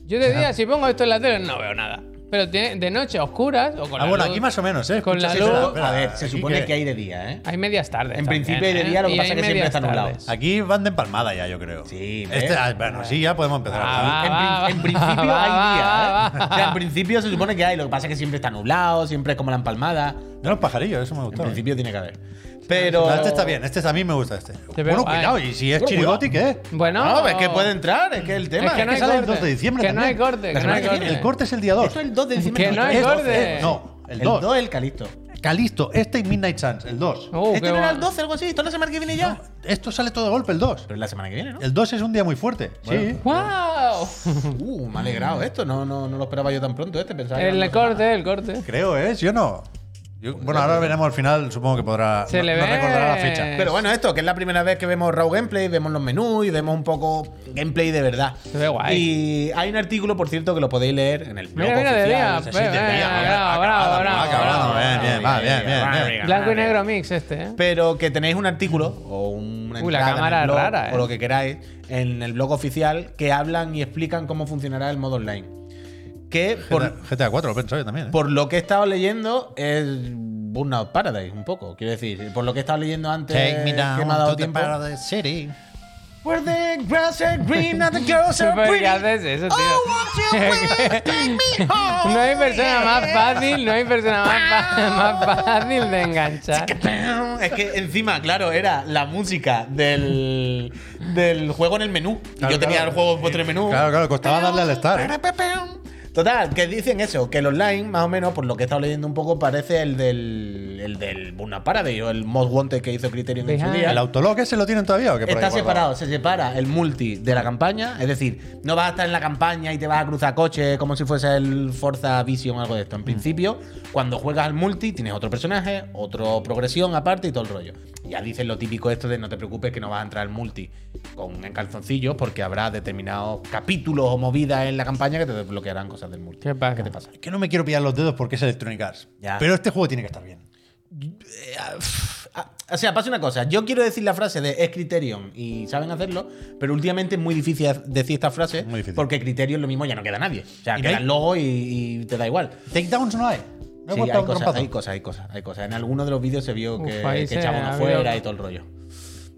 S1: Yo de día, si pongo esto en la tele, no veo nada. Pero tiene- de noche, a oscuras, o con
S3: Ah,
S1: la
S3: bueno,
S1: luz-
S3: aquí más o menos, ¿eh?
S1: Con la
S3: Escucha, espera,
S1: luz-
S3: espera,
S2: a ver, se
S3: aquí
S2: supone que... hay de día, ¿eh?
S1: Hay medias tardes.
S2: En
S1: también,
S2: principio hay de
S1: ¿eh?
S2: día, lo que
S1: Y
S2: pasa
S1: hay
S2: es que siempre
S1: medias
S2: está nublado.
S1: tardes.
S3: Aquí van de empalmada ya, yo creo.
S2: Sí, ¿ves?
S3: Este, ah, bueno, sí, ya podemos empezar. a hablar.
S1: Ah,
S2: en,
S1: va,
S2: prin-
S1: va,
S2: en principio
S1: va,
S2: hay
S1: va,
S2: día,
S1: va,
S2: ¿eh? O sea, en principio se supone que hay, lo que pasa es que siempre está nublado, siempre es como la empalmada.
S3: Mira los pajarillos, eso me
S2: En
S3: gustó. ¿eh?
S2: principio tiene que haber. Pero.
S3: Ah, Este está bien, este es- a mí me gusta este.
S1: Te veo
S3: bueno,
S1: guay.
S3: cuidado, y si es ¿eh?
S2: Bueno,
S3: chirigoti, ¿qué?
S1: Bueno,
S2: No, es que puede entrar, es que el tema.
S1: Es que no hay
S3: sale el
S1: corte.
S3: 2 de diciembre
S1: Que no
S3: también.
S1: hay corte,
S3: La
S1: que no hay
S3: semana que
S1: corte.
S3: viene, El corte es el día 2.
S2: Esto es el 2 de diciembre.
S1: Que no hay
S3: El
S1: corte.
S3: 12, No, el 2.
S2: El 2 es el Calisto.
S3: Calisto, este y Midnight Suns, el 2.
S1: Uh,
S2: este
S1: qué
S2: no era
S1: guay.
S2: el 12, algo así. Esto es la semana que viene ya.
S3: Esto sale todo de golpe, el 2.
S2: Pero es la semana que viene, ¿no?
S3: El 2 es un día muy fuerte. Sí.
S1: ¡Wow!
S2: Uh, me ha alegrado esto. No, no, no lo esperaba yo tan pronto este. Pensaba que
S1: El
S2: eran dos
S1: corte, el corte.
S3: Creo, ¿eh? ¿Sí o no? Yo-
S2: Pues
S3: bueno, ahora veremos al final, supongo que podrá.
S1: Se
S3: no-
S1: le
S3: no
S1: ve-
S3: recordará la fecha.
S2: Pero bueno, esto, que es la primera vez que vemos Raw Gameplay, vemos los menús y vemos un poco gameplay de verdad.
S1: Se ve guay.
S2: Y hay un artículo, por cierto, que lo podéis leer en el blog
S1: Mira, mira, de
S2: oficial,
S1: día,
S2: no sé si
S1: ve,
S2: de
S1: ve,
S2: día,
S1: bravo,
S2: acabado,
S1: bravo,
S2: acabado,
S1: bravo,
S2: acabado,
S1: bravo,
S2: bien,
S3: bravo.
S2: bien, va, bien, bien,
S3: Blanco
S2: bien.
S1: Blanco y negro mix este, ¿eh?
S2: Pero que tenéis un artículo o una
S1: Uy, la
S2: entrada en
S1: cámara
S2: el blog,
S1: rara, ¿eh?
S2: o lo que queráis en el blog oficial que hablan y explican cómo funcionará el modo online. Que por,
S3: GTA, GTA 4 lo pensaba yo también. ¿eh?
S2: por lo que he estado leyendo es Burnout Paradise un poco, quiero decir, por lo que he estado leyendo antes que me ha dado
S3: to the
S2: tiempo.
S3: paradise city.
S2: Where the grass are green and the
S1: [laughs]
S2: girls are
S1: ¿Por
S2: pretty. Oh,
S1: qué haces eso, tío?
S2: won't you
S1: [laughs]
S2: please take me home?
S1: No hay persona más fácil, no hay persona más, fa- más fácil de enganchar.
S2: Es que encima, claro, era la música del, del juego en el menú. Y
S3: Claro,
S2: yo tenía
S3: claro.
S2: el juego puesto en el menú.
S3: Claro, claro, costaba darle al start, ¿eh?
S2: Total, que dicen eso, que el online, más o menos, por lo que he estado leyendo un poco, parece el del, el del Burnout Paradise o el Most Wanted que hizo Criterion en su
S1: Deja-
S2: día.
S3: ¿El autolog ese lo tienen todavía o qué? por
S2: Está
S3: ahí
S2: separado,
S3: guardado?
S2: se separa el multi de la campaña, es decir, no vas a estar en la campaña y te vas a cruzar coches como si fuese el Forza Vision o algo de esto. En
S3: Mm.
S2: principio, cuando juegas al multi tienes otro personaje, otra progresión aparte y todo el rollo. Ya dicen lo típico esto de no te preocupes que no vas a entrar al multi con en calzoncillos porque habrá determinados capítulos o movidas en la campaña que te desbloquearán cosas del multi.
S1: ¿Qué pasa?
S2: te pasa?
S3: Es que no me quiero pillar los dedos porque es Electronic Arts.
S2: Ya.
S3: Pero este juego tiene que estar bien.
S2: Ah, O sea, pasa una cosa. Yo quiero decir la frase de es Criterion y saben hacerlo, pero últimamente es muy difícil decir esta frase
S3: Muy difícil.
S2: porque Criterion lo mismo ya no queda nadie. O sea,
S3: ¿Y
S2: queda
S3: no hay?
S2: el logo y, y te da igual.
S3: Takedowns no hay. Me he
S2: Sí,
S3: cortado
S2: hay
S3: un
S2: cosas,
S3: trompazo.
S2: hay cosas, hay cosas, hay cosas. En alguno de los vídeos se vio
S1: Uf,
S2: que,
S1: ahí
S2: que
S1: se
S2: echaban
S1: abrió.
S2: afuera y todo el rollo.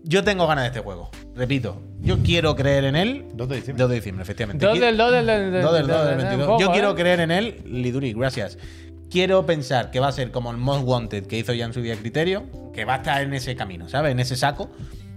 S2: Yo tengo ganas de este juego. Repito, yo quiero creer en él.
S3: 2 de diciembre.
S2: 2 de diciembre, efectivamente.
S1: Dos
S2: Qui-
S1: del dos del del- del-
S2: no, del 2 del
S1: del-
S2: 22.
S1: poco,
S2: Yo quiero
S1: ¿eh?
S2: creer en él, Liduri, gracias. Quiero pensar que va a ser como el Most Wanted que hizo ya en su día Criterio, que va a estar en ese camino, ¿sabes? En ese saco.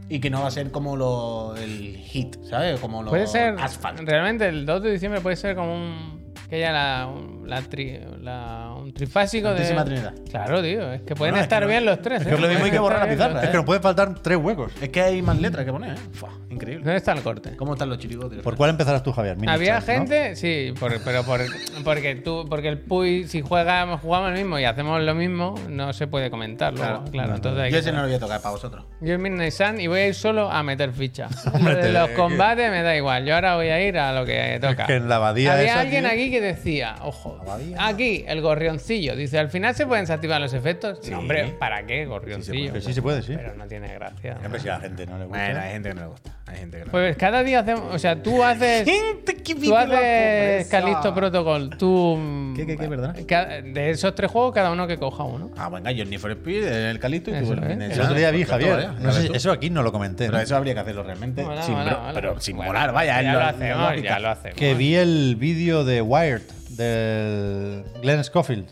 S2: Y que no va a ser como lo, el hit, ¿sabes? Como lo
S1: Puede ser.
S2: asphalt.
S1: Realmente el 2 de diciembre puede ser como un. Que ya la. un- la tri- la- un trifásico
S2: Santísima
S1: de.
S2: Trinidad.
S1: Claro, tío. Es que pueden
S3: No, es
S1: estar
S3: que no-
S1: bien los tres.
S3: es
S1: ¿eh?
S3: que lo mismo hay que
S1: Pueden
S2: borrar
S1: estar
S2: la
S1: bien
S2: pizarra,
S1: los
S3: ¿eh? Es que
S1: tres.
S3: nos pueden faltar tres huecos.
S2: Es que hay más letras que poner, ¿eh? Fua, increíble.
S1: ¿Dónde está el corte?
S2: ¿Cómo están los chirigotes?
S3: ¿Por cuál empezarás tú, Javier? Mini
S1: Había
S3: Chance, ¿no?
S1: gente, sí, por- pero por- porque tú, porque el Puy, si jugamos, jugamos lo mismo y hacemos lo mismo, no se puede comentar luego,
S2: Claro.
S1: Claro, entonces hay
S2: Yo
S1: que-
S2: ese no lo voy a tocar para vosotros.
S1: Yo en Midnight Sun y voy a ir solo a meter ficha.
S3: [laughs] Hombre, te-
S1: de los combates me da igual. Yo ahora voy a ir a lo que toca.
S3: que en la abadía
S1: Había
S3: esa,
S1: alguien
S3: tío.
S1: aquí que decía, ojo,
S3: abadía, no.
S1: aquí el gorrioncillo. Dice, al final se pueden desactivar los efectos.
S2: Sí.
S1: No, hombre, ¿para qué gorrioncillo?
S3: Que Sí se puede, sí.
S1: Pero no tiene gracia. ¿no?
S3: Hombre, si a la gente no le gusta.
S2: Bueno, hay gente que no le gusta. Hay gente que no le gusta.
S1: Pues cada día hacemos, o sea, tú
S3: [laughs]
S1: haces Tú haces Calisto Protocol, tú. mm,
S2: ¿Qué, qué, qué, perdona?
S1: ca- De esos tres juegos, cada uno que coja uno.
S2: Ah, venga, yo el Need for Speed, el Calisto y
S1: Eso
S2: tú el
S1: es.
S2: Midnight
S3: el otro día
S2: Sun.
S3: vi,
S2: Pues todo, ¿eh?
S3: Javier. No
S2: Ya
S3: sé
S2: ves
S3: si-
S2: tú.
S3: eso aquí no lo comenté.
S2: Pero
S3: ¿no?
S2: eso habría que hacerlo realmente.
S1: Mola,
S2: Eh, sin
S1: mola,
S2: bro-
S1: mola.
S2: Pero sin
S1: Bueno,
S2: molar, vaya. es
S1: Ya
S2: lo-
S1: lo
S2: la
S1: hacemos,
S2: lógica.
S1: ya lo hacemos.
S3: Que vi el vídeo de Wired del Glenn Schofield.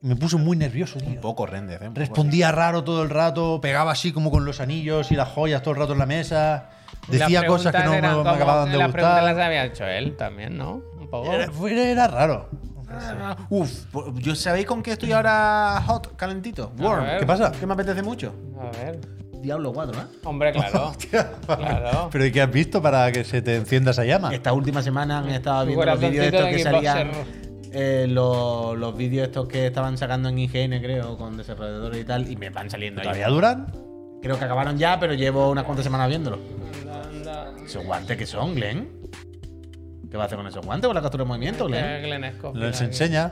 S3: Me puso muy nervioso,
S2: Un
S3: tío.
S2: poco rendes, ¿eh? Un poco
S3: Respondía raro todo el rato, pegaba así como con los anillos y las joyas todo el rato en la mesa. Decía
S1: Las
S3: cosas que no me,
S1: preguntas eran
S3: me
S1: como-
S3: acababan de
S1: Las preguntas las
S3: gustar.
S1: había hecho él también, ¿no? Un poco.
S3: Era, fue- era raro.
S2: así. Uf,
S4: pues,
S2: po- ¿yo sabéis con qué estoy ahora hot, calentito? Warm.
S1: ver.
S3: ¿Qué pasa?
S2: ¿Qué me apetece mucho?
S1: A ver.
S2: Diablo 4, ¿eh?
S1: Hombre, claro. claro.
S3: [laughs] ¿Pero y qué has visto para que se te encienda esa llama?
S2: Esta última semana han estado
S1: Tu
S2: viendo los vídeos
S1: corazoncito
S2: estos
S1: de
S2: que
S1: Xboxer.
S2: salían
S4: eh, lo- los vídeos estos que estaban sacando en IGN, creo, con desarrolladores y tal, y me van saliendo ahí.
S3: ¿Todavía duran?
S4: Creo que acabaron ya, pero llevo unas cuantas semanas viéndolo. ¿Esos guantes que son, Glenn? ¿Qué va a hacer con esos guantes con la captura de movimiento,
S1: Eh,
S4: Glenn?
S3: Les enseña.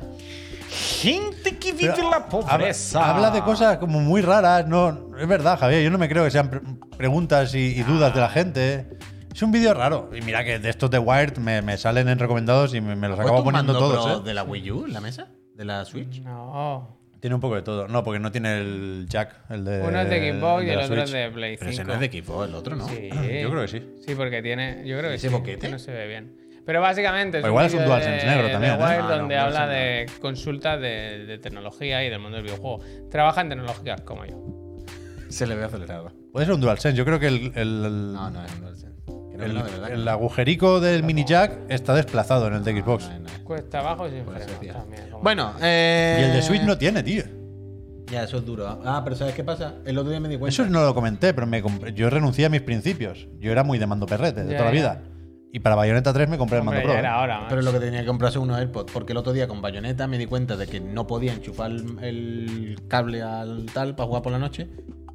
S4: Gente que
S3: Pero
S4: vive en la
S3: habla-
S4: pobreza.
S3: Habla de cosas como muy raras. No, es verdad, Javier. Yo no me creo que sean pre- preguntas y, y dudas
S4: Ah.
S3: de la gente. ¿eh? Es un vídeo raro. Y mira que de estos de Wired me, me salen en recomendados y me, me los
S4: ¿Has puesto
S3: acabo
S4: un
S3: poniendo
S4: mando
S3: todos.
S4: Pro
S3: ¿eh?
S4: ¿De la Wii U en la mesa? ¿De la Switch?
S1: No.
S3: Tiene un poco de todo. No, porque no tiene el jack. El de,
S1: Uno es de Xbox y
S3: de
S1: el
S3: la
S1: otro es
S3: Switch.
S1: de Play 5.
S4: Pero ese no es de equipo, el otro no.
S1: Sí.
S3: Yo creo que sí.
S1: Sí, porque tiene. Yo creo que
S4: ¿Ese
S1: sí,
S4: boquete?
S1: que no se ve bien. Pero básicamente.
S3: Pero igual es un
S1: vídeo
S3: DualSense negro también,
S1: De
S3: ¿eh?
S1: Wired
S4: Ah, no,
S1: donde
S4: un
S1: habla de
S4: DualSense
S1: consultas de, de tecnología y del mundo del videojuego. Trabaja en tecnologías como yo.
S4: Se le ve acelerado.
S3: Puede ser un DualSense. Yo creo que el, el,
S4: Ah, No, no es un DualSense. Creo que
S3: el-
S4: no, de verdad. que
S3: el
S4: no.
S3: agujerico del mini jack está desplazado en el de
S4: No,
S3: Xbox.
S4: no es, no es.
S1: Cuesta abajo sin
S4: Por eso decía.
S1: freno. también, como-
S4: Bueno, eh...
S3: Y el de Switch no tiene, tío.
S4: Ya, eso es duro. Ah, pero ¿sabes qué pasa? El otro día me di cuenta.
S3: Eso no lo comenté, pero me compré- yo renuncié a mis principios. Yo era muy de mando perrete de
S1: Ya,
S3: toda la
S1: ya.
S3: vida. Y para Bayonetta 3 me compré
S1: Hombre,
S3: el
S1: ya
S3: mando pro.
S1: era
S3: ¿eh?
S1: hora, macho.
S4: Pero lo que tenía que comprarse unos AirPods, porque el otro día con bayoneta me di cuenta de que no podía enchufar el- el cable al tal para jugar por la noche,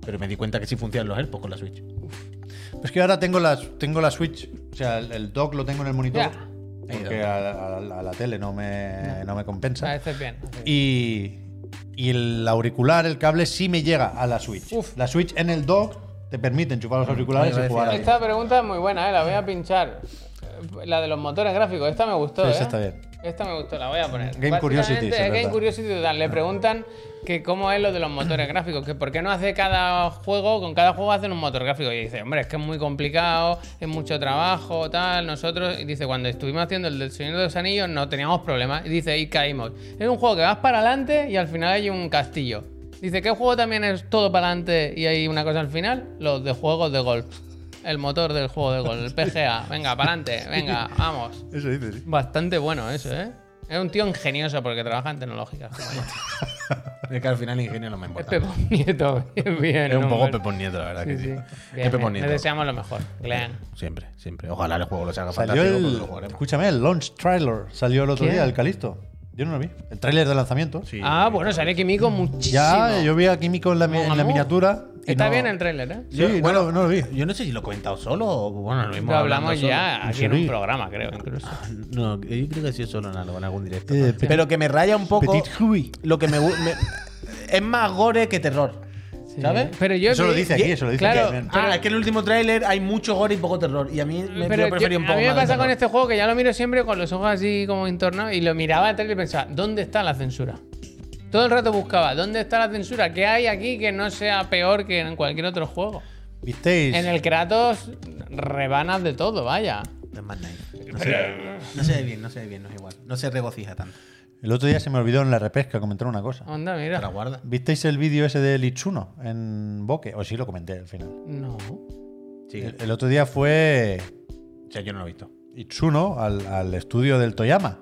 S4: pero me di cuenta que sí funcionan los AirPods con la Switch.
S3: Es que ahora tengo la, tengo la Switch, o sea, el, el dock lo tengo en el monitor.
S1: Ya.
S3: Porque a, a- a la tele no me, no me
S1: Ah,
S3: compensa.
S1: este es bien. este es bien.
S3: Y, y el auricular, el cable, sí me llega a la Switch.
S1: Uf.
S3: La Switch en el dock te permite enchufar los auriculares
S4: Oye,
S3: y
S4: voy a
S3: jugar.
S4: decir
S3: al-
S1: Esta pregunta es muy buena, ¿eh? la voy a pinchar. La de los motores gráficos, esta me gustó.
S3: Sí, esa
S1: ¿eh?
S3: está bien.
S1: Esta me gustó, la voy a poner.
S3: Game
S1: Básicamente,
S3: Curiosity,
S1: es
S3: se
S1: Game
S3: trata.
S1: Curiosity total. Le preguntan que cómo es lo de los motores gráficos, que por qué no hace cada juego, con cada juego hacen un motor gráfico. Y dice, hombre, es que es muy complicado, es mucho trabajo, tal. Nosotros, y dice, cuando estuvimos haciendo el del Señor de los Anillos no teníamos problemas. Y dice, y caímos. Es un juego que vas para adelante y al final hay un castillo. Dice, ¿qué juego también es todo para adelante y hay una cosa al final? Los de juegos de golf. El motor del juego de golf, el PGA. Venga, para adelante, venga, vamos.
S3: Eso dice, sí.
S1: Bastante bueno eso, ¿eh? Es un tío ingenioso porque trabaja en tecnológicas. como yo.
S4: Es que al final el ingenio no
S1: [laughs]
S4: me
S1: es
S4: importa.
S1: Pepón Nieto. [laughs] Bien,
S4: Es un poco
S1: hombre.
S4: Pepón Nieto, la verdad que
S1: Sí, sí.
S4: sí.
S1: Bien,
S4: Es Pepón
S1: bien. Le
S4: Nieto.
S1: deseamos lo mejor. Glenn.
S4: Siempre, siempre. Ojalá el juego lo haga
S3: Salió
S4: fantástico, porque
S3: el,
S4: lo jugaremos.
S3: escúchame, el launch trailer salió el otro
S1: ¿eh? ¿Qué?
S3: día, el Calisto. Yo no lo vi. El trailer de lanzamiento.
S4: Sí.
S1: Ah, bueno, sale Kimiko muchísimo.
S3: Ya, yo vi a Kimiko en la, mi- en la
S1: Mamú.
S3: miniatura. y
S1: Está
S3: no-
S1: bien el tráiler, ¿eh?
S3: Sí, no lo- no lo vi.
S4: Yo no sé si lo he comentado solo o bueno, lo mismo.
S1: Lo hablamos
S4: hablando
S1: ya aquí en
S3: Sí.
S1: un programa, creo, incluso.
S4: solo. No, yo creo que sí solo en algo, en algún directo.
S3: Eh,
S4: pero,
S3: petit-
S4: que me raya un poco.
S3: Petit Huey.
S4: Lo que me, gu- me- Es más gore que terror. ¿Sabes?
S1: Pero yo
S3: Eso lo
S1: vi-
S3: dice aquí, eso lo dice aquí
S1: claro,
S3: también.
S4: Ah, es que en el último tráiler hay mucho gore y poco terror. Y a mí me
S1: Pero
S4: yo prefería
S1: yo-
S4: un poco
S1: a mí me
S4: más de
S1: pasa con
S4: terror.
S1: este juego que ya lo miro siempre con los ojos así como entornados y lo miraba el trailer y pensaba, ¿dónde está la censura? Todo el rato buscaba, ¿dónde está la censura? ¿Qué hay aquí que no sea peor que en cualquier otro juego?
S3: ¿Visteis?
S1: En el Kratos rebanas de todo, vaya.
S4: Es más nice. No se, no se ve bien, no se ve bien, no es igual. No se regocija tanto.
S3: El otro día se me olvidó en la repesca comentar una cosa.
S1: Onda,
S4: Te la
S1: mira.
S4: guarda.
S3: ¿Visteis el vídeo ese de Litsuno en Boque? O sí, lo comenté al final.
S1: No.
S4: Sí.
S3: El, el otro día fue
S4: O sea, yo no lo he visto.
S3: Itsuno al, al estudio del Toyama,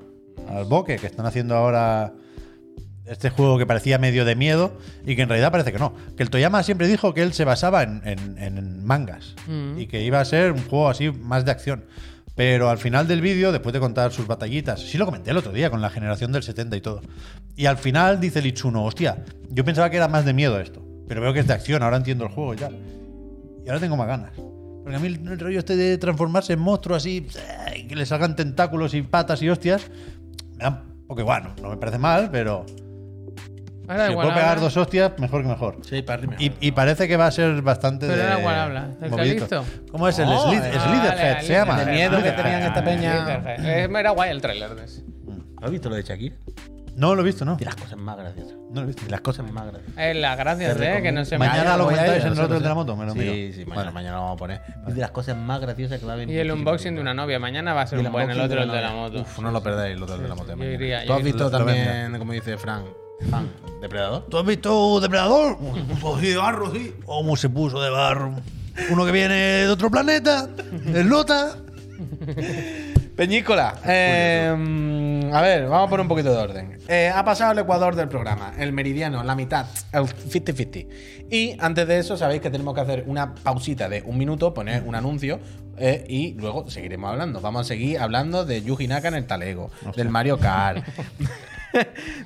S3: al Boque, que están haciendo ahora este juego que parecía medio de miedo y que en realidad parece que no. Que el Toyama siempre dijo que él se basaba en, en- en mangas
S1: Mm.
S3: y que iba a ser un juego así más de acción. Pero al final del vídeo, después de contar sus batallitas, sí lo comenté el otro día con la generación del 70 y todo. Y al final dice el Itsuno, hostia, yo pensaba que era más de miedo esto, pero veo que es de acción, ahora entiendo el juego y tal. Y ahora tengo más ganas. Porque a mí el el rollo este de transformarse en monstruo así, y que le salgan tentáculos y patas y hostias, me da un poco igual, no- no me parece mal, pero
S1: Ahora
S3: si
S1: igual
S3: puedo pegar
S1: habla.
S3: dos hostias, mejor que mejor.
S4: Sí, para arriba.
S3: Y, y parece que va a ser bastante
S1: Pero
S3: de...
S1: ahora igual habla, ¿el
S3: movidito.
S1: Calixto?
S3: ¿Cómo es el
S4: Oh,
S3: Slid-
S4: eh.
S3: el Slitherhead?
S1: Ah,
S3: se llama.
S1: Slitherhead.
S4: De miedo que tenían esta peña.
S1: Slitherhead. Eh, Era guay el trailer de ese.
S4: ¿Has visto lo de Shakira?
S3: No lo he visto, ¿no?
S4: De las cosas más graciosas.
S3: No lo he visto.
S4: De las cosas más graciosas.
S1: Eh, las gracias,
S4: Te
S1: eh, que no
S4: recomiendo.
S1: se me
S3: Mañana
S1: vaya.
S3: lo
S4: voy a ir,
S3: comentáis en
S4: lo
S3: el
S4: sé, lo
S3: otro
S4: sé.
S3: de la moto, me lo
S4: sí,
S3: miro.
S4: sí, mañana,
S3: Vale.
S4: mañana lo vamos a poner. Es de las cosas más graciosas que va a haber.
S1: Y el unboxing de una novia. Mañana va a ser un buen el otro el de la
S4: novia.
S1: moto.
S4: Uf, no lo perdáis, el otro el de la moto. de
S1: yo
S4: mañana.
S1: iría,
S4: ¿Tú
S1: yo
S4: has
S1: iría.
S4: visto
S3: Lo- lo
S4: también, como dice Frank, Frank, Depredador?
S3: ¿Tú has visto Depredador? Pues sí, de barro, sí. ¿Cómo se puso de barro? Uno que viene de otro planeta, el Lota.
S4: Peñícola, eh, Mm, a ver, vamos a poner un poquito de orden. Eh, ha pasado el ecuador del programa, el meridiano, la mitad, el 50-50. Y antes de eso, sabéis que tenemos que hacer una pausita de un minuto, poner un anuncio eh, y luego seguiremos hablando. Vamos a seguir hablando de Yuji Naka en el talego, del Mario Kart,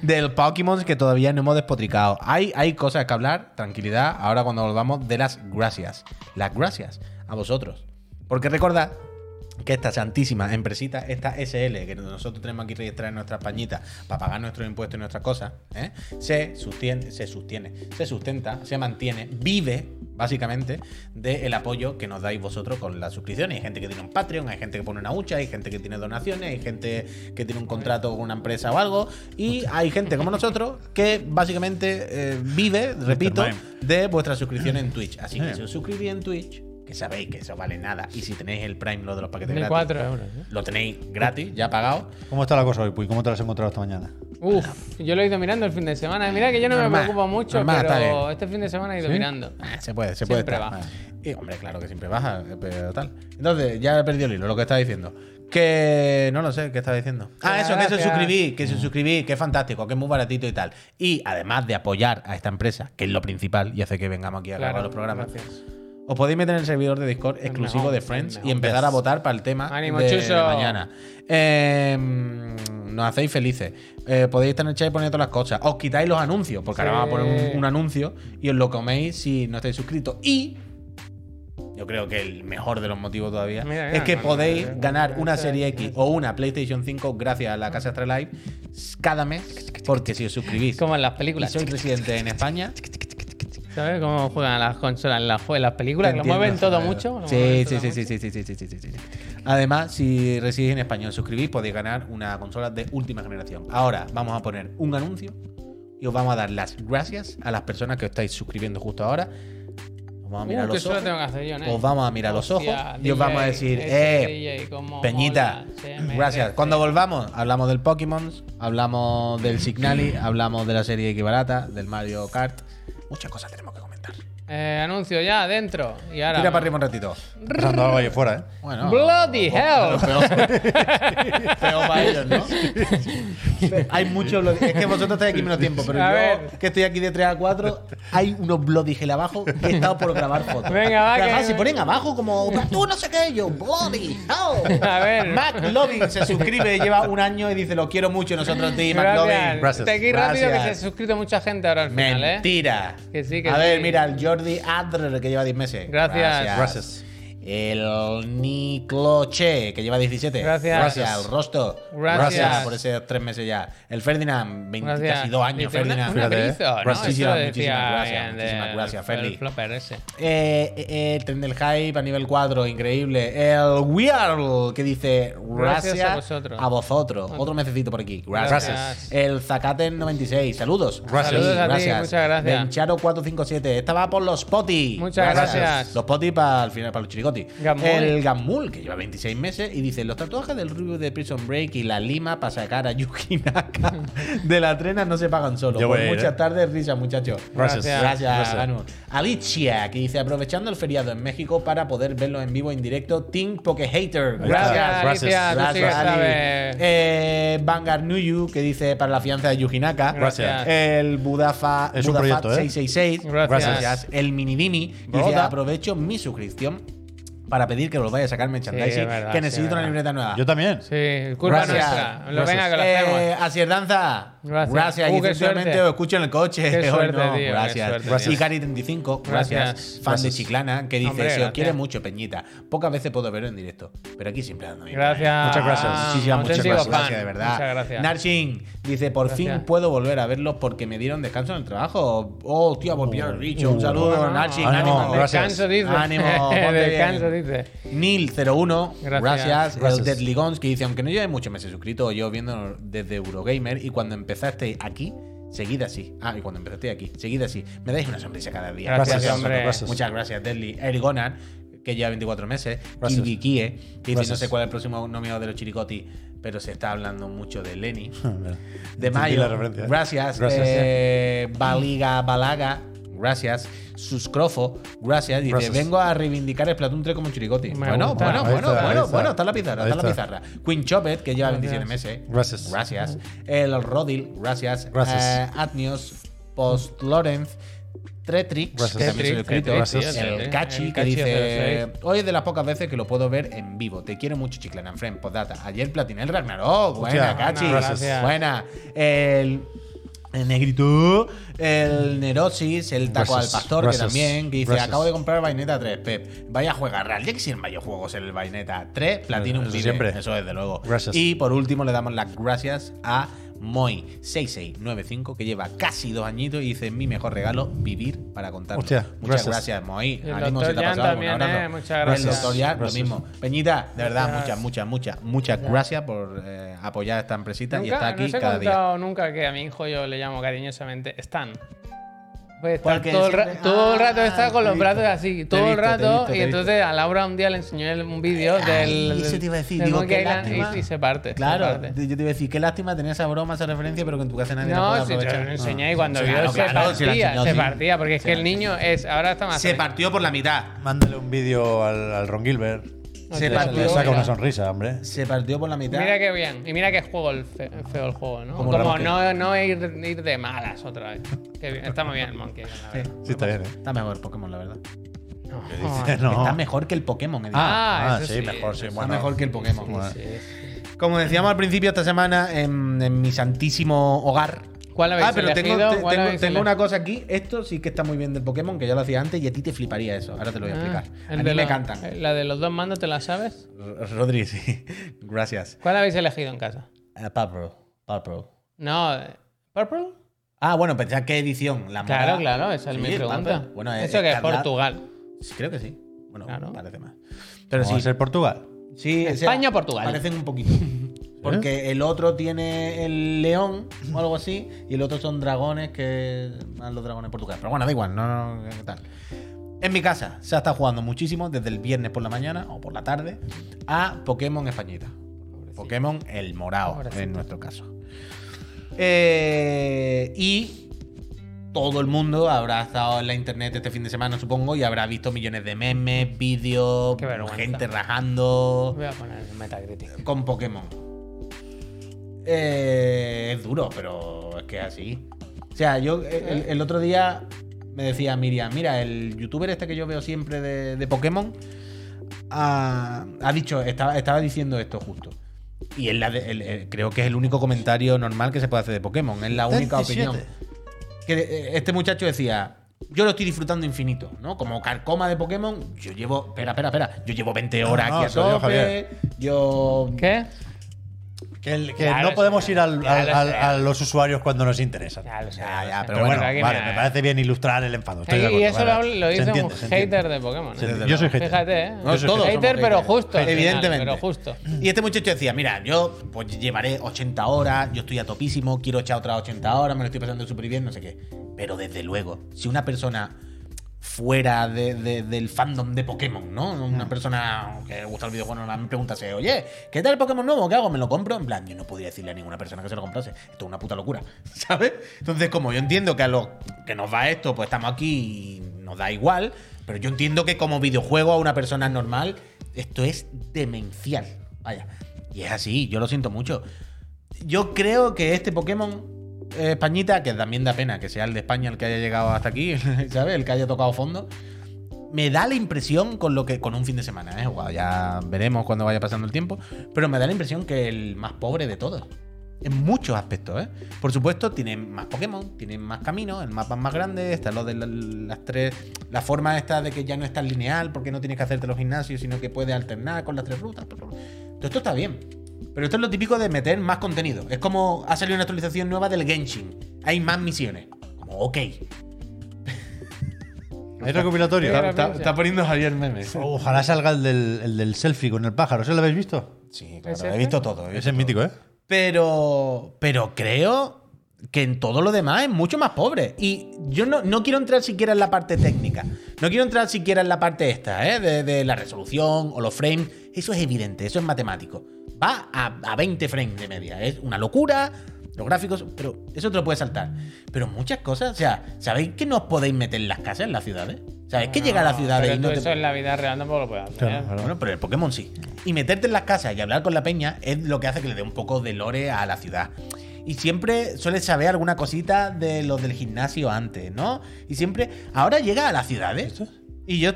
S4: del Pokémon que todavía no hemos despotricado. Hay, hay cosas que hablar, tranquilidad. Ahora, cuando volvamos, de las gracias. Las gracias a vosotros. Porque recordad que esta santísima empresita, esta SL, que nosotros tenemos aquí registrada en nuestras pañitas para pagar nuestros impuestos y nuestras cosas, ¿eh? se sostiene, se sostiene, se sustenta, se mantiene, vive básicamente del apoyo que nos dais vosotros con las suscripciones. Hay gente que tiene un Patreon, hay gente que pone una hucha, hay gente que tiene donaciones, hay gente que tiene un contrato con una empresa o algo, y hay gente como nosotros que básicamente eh, vive, repito, de vuestras suscripciones en Twitch. Así que si os suscribís en Twitch, que sabéis que eso vale nada. Y si tenéis el Prime, lo de los paquetes
S1: De
S4: gratis,
S1: 4 euros. ¿eh?
S4: lo tenéis gratis, ya pagado.
S3: ¿Cómo está la cosa hoy, Puy? ¿Cómo te la has encontrado esta mañana?
S1: Uf, yo lo he ido mirando el fin de semana. Mira que yo no
S4: Normal,
S1: me preocupo mucho,
S4: normal, está
S1: pero
S4: bien.
S1: este fin de semana he ido
S4: ¿Sí?
S1: mirando.
S4: Ah, Se puede, se puede.
S1: Siempre
S4: estar.
S1: baja.
S4: Y, hombre, claro que siempre baja, eh, pero tal. Entonces, ya he perdido el hilo, lo que estaba diciendo. Que no lo sé, ¿qué estaba diciendo? Ah, eso, que se
S1: gracias.
S4: suscribí, que se suscribí, que es fantástico, que es muy baratito y tal. Y además de apoyar a esta empresa, que es lo principal y hace que vengamos aquí a
S1: Claro,
S4: grabar los programas,
S1: gracias.
S4: os podéis meter en el servidor de Discord exclusivo
S1: mejor,
S4: de
S1: es
S4: Friends
S1: mejor.
S4: y empezar
S3: Yes.
S4: a votar para el tema
S1: Ánimo,
S4: de,
S1: Chuso.
S4: de mañana. Eh, mm, nos hacéis felices. Eh, podéis estar en el chat y poner todas las cosas. Os quitáis los anuncios, porque ahora
S1: Sí.
S4: vamos a poner un, un anuncio y os lo coméis si no estáis suscritos. Y yo creo que el mejor de los motivos todavía
S1: Mira, mira,
S4: es que
S1: no, no,
S4: podéis
S1: no, no,
S4: ganar
S1: no,
S4: una
S1: no,
S4: serie
S1: no,
S4: X o una PlayStation 5 gracias a la casa Astralife cada mes, porque si os suscribís
S1: Como en las
S4: y
S1: películas.
S4: sois residentes en España,
S1: ¿Sabes cómo juegan las consolas en las, jue- en las películas?
S4: Te
S1: Lo
S4: entiendo,
S1: mueven todo
S4: Javier.
S1: mucho. lo
S4: Sí
S1: mueven
S4: sí
S1: todo
S4: sí,
S1: mucho.
S4: sí, sí, sí, sí, sí, sí, sí, sí. Además, si residís en España y os suscribís, podéis ganar una consola de última generación. Ahora vamos a poner un anuncio y os vamos a dar las gracias a las personas que os estáis suscribiendo justo ahora. Os vamos a mirar
S1: Uh, que
S4: los
S1: eso lo
S4: ojos.
S1: tengo que hacer yo, ¿no?
S4: Os vamos a mirar los ojos
S1: Hostia,
S4: y os vamos a
S1: DJ,
S4: decir,
S1: ese
S4: eh,
S1: DJ, cómo
S4: Peñita,
S1: mola, se merece".
S4: gracias. Cuando volvamos, hablamos del Pokémon, hablamos del Signali, hablamos de la serie X barata, del Mario Kart. Muchas cosas tenemos que comentar.
S1: Eh, anuncio ya, adentro. Y ahora.
S4: Tira para arriba un ratito.
S3: Pasando algo ahí fuera, ¿eh?
S4: Bueno.
S1: Bloody hell.
S4: Feo para ellos, ¿no? hay muchos bloody- Es que vosotros estáis aquí menos tiempo, pero
S1: A
S4: yo,
S1: ver.
S4: que estoy aquí de 3 a 4, hay unos bloody hell abajo que he estado por grabar fotos.
S1: Venga, va,
S4: Que además,
S1: que-
S4: si ponen abajo como tú no sé qué, yo, bloody hell.
S1: A ver.
S4: Mac Lovin se suscribe, lleva un año y dice, lo quiero mucho nosotros a ti, Mac Lovin.
S1: Gracias.
S3: Gracias.
S1: Te aquí rápido que se ha
S4: Gracias.
S1: suscrito mucha gente ahora al final, ¿eh?
S4: Mentira.
S1: Que sí, que
S4: a ver,
S1: sí.
S4: mira, el Jordi Adler que lleva 10 meses.
S1: Gracias.
S3: Gracias.
S4: El Nicloche, que lleva 17.
S1: Gracias.
S4: El Rosto.
S1: Gracias.
S4: por esos tres meses ya. El Ferdinand, 20,
S1: Gracias.
S4: casi dos años,
S1: Dice, una-
S4: Ferdinand.
S1: una
S3: Fíjate, ¿eh?
S1: brizo, ¿no?
S4: Gracias.
S1: Eso lo
S4: Muchísimas
S1: decía
S4: gracias,
S1: en
S4: muchísimas
S1: el-
S4: gracias, Ferdi.
S1: El flopper ese.
S4: Eh, eh, eh, el tren del hype a nivel 4, increíble. El Weird, que dice gracias,
S1: Gracias a vosotros.
S4: a vosotros. Otro mesecito por aquí. Gracias.
S1: Gracias.
S4: El Zacaten96, saludos.
S3: Gracias.
S1: Saludos a ti, muchas gracias.
S4: Bencharo457, esta va por los poti.
S1: Muchas gracias.
S4: Los poti para el final, para los chiricotis.
S1: Gamul.
S4: El Gamul, que lleva 26 meses y dice: Los tatuajes del Rubio de Prison Break y la lima para sacar a Yuki Naka [laughs] de la trena no se pagan solo.
S3: Yo
S4: Por
S3: voy a ir,
S4: muchas
S3: eh.
S4: tardes, risa, muchachos.
S3: Gracias.
S4: Gracias,
S3: Gracias.
S4: Anu. Alicia, que dice, aprovechando el feriado en México para poder verlo en vivo en directo, Team Poke Hater.
S3: Ahí está.
S1: Gracias,
S3: Gracias.
S1: Alicia. Tú sí que
S4: Ali.
S1: sabes.
S4: Eh, Vanguard Nuyu, que dice, para la fianza de Yujinaka.
S1: Gracias.
S4: El Budafa,
S3: Es un
S4: Budafat
S3: proyecto, ¿eh?
S4: 666.
S1: Gracias.
S4: El Minidimi, que dice,
S1: Broda.
S4: aprovecho mi suscripción para pedir que volváis a sacar merchandising,
S1: Sí, es verdad,
S4: que
S1: sí,
S4: necesito
S1: es
S4: una
S1: verdad.
S4: libreta nueva.
S3: Yo también.
S1: Ah. Sí, culpa
S4: Gracias.
S1: nuestra. Lo
S3: Gracias.
S1: venga que lo hacemos.
S4: Eh, así es, danza.
S1: Gracias.
S4: Gracias.
S1: Uh,
S4: y
S1: qué
S4: efectivamente
S1: suerte.
S4: os escucho en el coche.
S1: Qué
S4: [laughs] Hoy
S1: suerte,
S4: no.
S1: tío, qué
S4: gracias.
S1: suerte, tío.
S4: gracias. Icari35, gracias.
S1: Gracias.
S4: Fan de Chiclana, que dice,
S1: Hombre,
S4: se os
S1: gracias.
S4: quiere mucho, Peñita. Pocas veces puedo verlo en directo, pero aquí siempre ando bien.
S1: Gracias.
S3: Muchas gracias.
S4: Muchísimas muchas
S1: Auténtico
S4: gracias,
S1: fan.
S4: de verdad.
S1: Muchas gracias.
S4: Narsing dice, por
S1: Gracias.
S4: fin puedo volver a verlos porque me dieron descanso en el trabajo. Oh, tío, volvió el bicho. Un
S3: Uh.
S4: saludo, Narsing.
S3: Ánimo,
S4: Ánimo.
S3: gracias.
S1: Descanso, dice.
S4: Ánimo, ponte
S1: [laughs]
S4: bien.
S1: Descanso, dice.
S4: Neil01,
S1: Gracias.
S4: gracias.
S3: Gracias.
S4: El Deadly Guns, que dice, aunque no lleve muchos meses suscrito, yo viendo desde Eurogamer y cuando empezasteis aquí, seguid así. Ah, y cuando empezasteis aquí, seguid así. Me dais una sonrisa cada día.
S1: Gracias, hombre.
S4: hombre. Muchas gracias, Deadly. Eric Gonan, que lleva 24 meses.
S3: Gracias.
S4: Kirby Kie, que dice,
S3: Gracias.
S4: no sé cuál es el próximo nominado de los chiricotis, pero se está hablando mucho
S3: [laughs]
S4: de Lenny.
S3: Mira,
S4: De
S3: entendí
S4: Mayo.
S3: la referencia.
S4: Gracias.
S3: Gracias.
S4: Eh, Baliga Balaga. gracias. Suscrofo, gracias. Dice,
S3: Gracias.
S4: vengo a reivindicar el Platón 3 como chirigoti.
S1: Me
S4: Bueno,
S1: gusta.
S4: bueno,
S3: Ahí
S4: bueno,
S3: está, ahí
S4: bueno,
S3: está.
S4: bueno, está en la pizarra,
S3: Ahí
S4: está en la
S3: está.
S4: pizarra. Queen Chopet, que lleva 27 meses.
S3: Gracias.
S4: Gracias. El Rodil, gracias.
S3: Gracias.
S4: Eh, Atnios, Post Lorenz, Tretrix,
S3: Gracias.
S4: que también soy
S1: Tretrix,
S4: escrito.
S1: Tretrix,
S4: el
S1: sí, el
S4: Cachi, que
S1: Cachi
S4: dice:
S1: 06.
S4: Hoy es de las pocas veces que lo puedo ver en vivo. Te quiero mucho, Chiclana en Friend. Postdata. Ayer platiné el Ragnarok. Buena,
S3: Hostia,
S4: Cachi.
S1: gracias.
S4: Buena. El. el negrito, el Nerosis, el Taco
S3: Gracias,
S4: al Pastor,
S3: gracias,
S4: que también, que dice,
S3: gracias.
S4: acabo de comprar Bayonetta 3, Pep. Vaya a jugar real, ya quisieron varios juegos en el Bayonetta 3, Platinum
S3: Eso
S4: Vive,
S3: siempre.
S4: eso desde luego.
S3: Gracias.
S4: Y por último le damos las gracias a Moi6695, que lleva casi dos añitos y dice, mi mejor regalo, vivir para contarlo.
S3: Hostia,
S4: Muchas gracias,
S3: gracias.
S4: Moi.
S1: el
S4: Ánimo,
S1: doctor
S4: se te ha
S1: Jan
S4: pasado, un
S1: también,
S4: abrazo.
S1: eh, muchas gracias.
S4: El doctor Jan, lo
S3: Gracias.
S4: mismo. Peñita, de verdad,
S1: Gracias.
S4: muchas, muchas, muchas, muchas gracias, por eh, apoyar esta empresita y
S1: Nunca,
S4: está aquí
S1: no os he
S4: cada día.
S1: contado nunca que a mi hijo yo le llamo cariñosamente Stan. Pues está
S4: Porque
S1: todo, el ra-
S4: siempre-
S1: todo el rato
S4: Ah,
S1: está con
S4: te
S1: los
S4: he
S1: brazos
S4: visto.
S1: así,
S4: he
S1: todo el
S4: visto, te he
S1: rato.
S4: visto, te
S1: y
S4: he
S1: entonces a Laura un día le enseñé el- un vídeo
S4: Ay,
S1: del.
S4: eso te iba a decir,
S1: del
S4: digo,
S1: Monkey
S4: qué
S1: Island y-
S4: lástima.
S1: y, se parte. se
S4: Claro,
S1: parte.
S4: yo te iba a decir, qué lástima tener esa broma, esa referencia, pero que en tu casa nadie la puede
S1: No, sí, yo
S4: aprovechar.
S1: lo enseñé
S4: Ah.
S1: y cuando
S4: Sí,
S1: vio
S4: claro,
S1: se
S4: claro, sí la
S1: partía,
S4: enseñó,
S1: se
S4: sí.
S1: partía, porque es
S4: Sí
S1: que
S4: la
S1: el niño es. Ahora está más.
S4: Ah. Se partió por la mitad.
S3: Mándale un vídeo al, al Ron Gilbert.
S4: Se
S3: Le-
S4: partió.
S3: Le saca
S1: Mira.
S3: una sonrisa, hombre.
S4: Se partió por la mitad.
S1: Mira qué bien. Y mira qué juego el fe- feo el juego, ¿no?
S4: Como
S1: Como,
S4: Ramón
S1: no, no ir, ir de malas otra vez. Qué bien, Está muy bien el Monkey. Island, la
S4: Sí.
S1: verdad.
S3: Sí, está bien, ¿eh?
S4: Está mejor Pokémon, la verdad.
S1: No,
S3: No.
S4: Está mejor que el Pokémon. he dicho.
S1: Ah,
S3: Ah,
S1: eso
S3: sí,
S1: sí,
S3: mejor, sí.
S1: eso
S4: Está
S3: Bueno,
S4: mejor que el Pokémon.
S3: Bueno.
S1: sí, sí.
S4: Como decíamos al principio esta semana, en, en mi santísimo hogar.
S1: ¿Cuál habéis
S4: Ah, pero tengo,
S1: elegido?
S4: te-
S1: ¿Cuál
S4: tengo,
S1: habéis
S4: tengo
S1: elegido?
S4: una cosa aquí. Esto sí que está muy bien del Pokémon, que ya lo hacía antes, y a ti te fliparía eso. Ahora te lo voy a explicar.
S1: Ah,
S4: a
S1: el
S4: mí
S1: de
S4: me
S1: lo-
S4: encantan.
S1: ¿La de los dos mandos te la sabes?
S4: Rodri, sí. [laughs] Gracias.
S1: ¿Cuál habéis elegido en casa?
S4: Eh, Purple. Purple.
S1: No, eh, ¿Purple?
S4: Ah, bueno, pensad qué edición. La
S1: Claro,
S4: morada.
S1: claro, esa es
S4: Ah, Sí,
S1: mi
S4: el
S1: pregunta.
S4: Purple. Bueno, eh,
S1: Eso que es
S4: habla-
S1: Portugal.
S4: Sí, Creo que sí. Bueno,
S1: Claro.
S4: parece más. Pero
S3: ¿Cómo va
S4: sí,
S3: a ser Portugal?
S4: Sí,
S1: España, Portugal. ¿Eh?
S4: Parecen un
S1: [laughs]
S4: poquito. Porque el otro tiene el león o algo
S1: [laughs]
S4: así, y el otro son dragones que. más los dragones portugueses. Pero bueno, da igual, no, no, no, ¿qué tal? En mi casa se ha estado jugando muchísimo, desde el viernes por la mañana o por la tarde, a Pokémon Españita. Pokémon el morao, en nuestro caso. Eh, y todo el mundo habrá estado en la internet este fin de semana, supongo, y habrá visto millones de memes, vídeos,
S1: Qué vergüenza.
S4: gente rajando
S1: Voy a poner el Metacritic.
S4: con Pokémon. Eh, es duro, pero es que es así. O sea, yo el, el otro día me decía Miriam, mira, el youtuber este que yo veo siempre de, de Pokémon ha, ha dicho, estaba, estaba diciendo esto justo. Y es la de- el- el- creo que es el único comentario normal que se puede hacer de Pokémon, es la única
S3: 37.
S4: opinión que eh, este muchacho decía, yo lo estoy disfrutando infinito, ¿no? Como carcoma de Pokémon, yo llevo, espera, espera, espera, yo llevo 20 horas
S3: No,
S4: aquí a
S3: soy yo,
S4: tope,
S3: Javier.
S4: yo...
S1: ¿Qué?
S3: Que, el- que
S1: Claro,
S3: no podemos ir al-
S1: ya
S3: al-
S1: lo
S3: al-
S1: sé.
S3: a los usuarios cuando nos interesan.
S1: Ya lo sé.
S4: Ya,
S1: lo
S4: ya,
S1: sé.
S4: pero
S3: Pero bueno,
S4: bueno,
S1: aquí,
S3: vale,
S1: mira,
S3: me parece bien ilustrar el enfado. estoy de
S1: Y
S3: acuerdo,
S1: eso
S3: vale,
S1: lo,
S3: vale.
S1: lo
S3: Se
S1: dice un
S3: entiende, se
S1: hater
S3: entiende.
S1: de Pokémon. ¿eh?
S3: Se entiende. Yo soy hater.
S1: Fíjate, ¿eh?
S4: No,
S1: Yo soy
S4: todos somos
S1: hater, pero
S4: haters.
S1: justo. al final,
S4: Evidentemente.
S1: Pero justo.
S4: Y este muchacho decía, mira, yo pues llevaré 80 horas, yo estoy a topísimo, quiero echar otras 80 horas, me lo estoy pasando súper bien, no sé qué. Pero desde luego, si una persona fuera de- de- del fandom de Pokémon, ¿no? Una persona que le gusta el videojuego normal me preguntase, oye, ¿qué tal el Pokémon nuevo? ¿Qué hago? ¿Me lo compro? En plan, yo no podría decirle a ninguna persona que se lo comprase. Esto es una puta locura, [laughs] ¿sabes? Entonces, como yo entiendo que a lo que nos va esto, pues estamos aquí y nos da igual, pero yo entiendo que como videojuego a una persona normal, esto es demencial. Vaya. Y es así, yo lo siento mucho. Yo creo que este Pokémon eh, Españita, que también da pena que sea el de España el que haya llegado hasta aquí, [laughs] ¿sabes? El que haya tocado fondo. Me da la impresión con lo que. con un fin de semana, ¿eh? Guau, ya veremos cuando vaya pasando el tiempo. Pero me da la impresión que el más pobre de todos. En muchos aspectos, ¿eh? Por supuesto, tienen más Pokémon, tienen más caminos, el mapa es más grande, está lo de la- las tres. La forma esta de que ya no es tan lineal, porque no tienes que hacerte los gimnasios, sino que puedes alternar con las tres rutas. Todo esto está bien. Pero esto es lo típico de meter más contenido. Es como ha salido una actualización nueva del Genshin. Hay más misiones. Como, ok.
S3: ¿Hay recopilatorio?
S1: Está- está- está
S4: poniendo Javier memes.
S3: Ojalá salga el del, el del selfie con el pájaro. ¿Se lo habéis visto?
S4: Sí,
S1: ¿Es
S4: claro, he
S1: este?
S4: visto todo. he visto
S3: Ese es
S4: todo.
S3: mítico, ¿eh?
S4: Pero, pero creo que en todo lo demás es mucho más pobre. Y yo no, no quiero entrar siquiera en la parte técnica. No quiero entrar siquiera en la parte esta, ¿eh? De, de la resolución o los frames. Eso es evidente, eso es matemático. Va a, a 20 frames de media. Es una locura. Los gráficos, pero eso te lo puedes saltar. Pero muchas cosas, o sea, ¿sabéis que no os podéis meter en las casas, en las ciudades? ¿Sabéis que llega a las ciudades
S1: pero
S4: y no
S1: tú
S4: te...
S1: eso en la vida real tampoco lo puedes hacer. ¿eh?
S3: Claro, claro.
S4: Bueno, pero el Pokémon sí. Y meterte en las casas y hablar con la peña es lo que hace que le dé un poco de lore a la ciudad. Y siempre sueles saber alguna cosita de los del gimnasio antes, ¿no? Y siempre. Ahora llega a las ciudades. Y yo.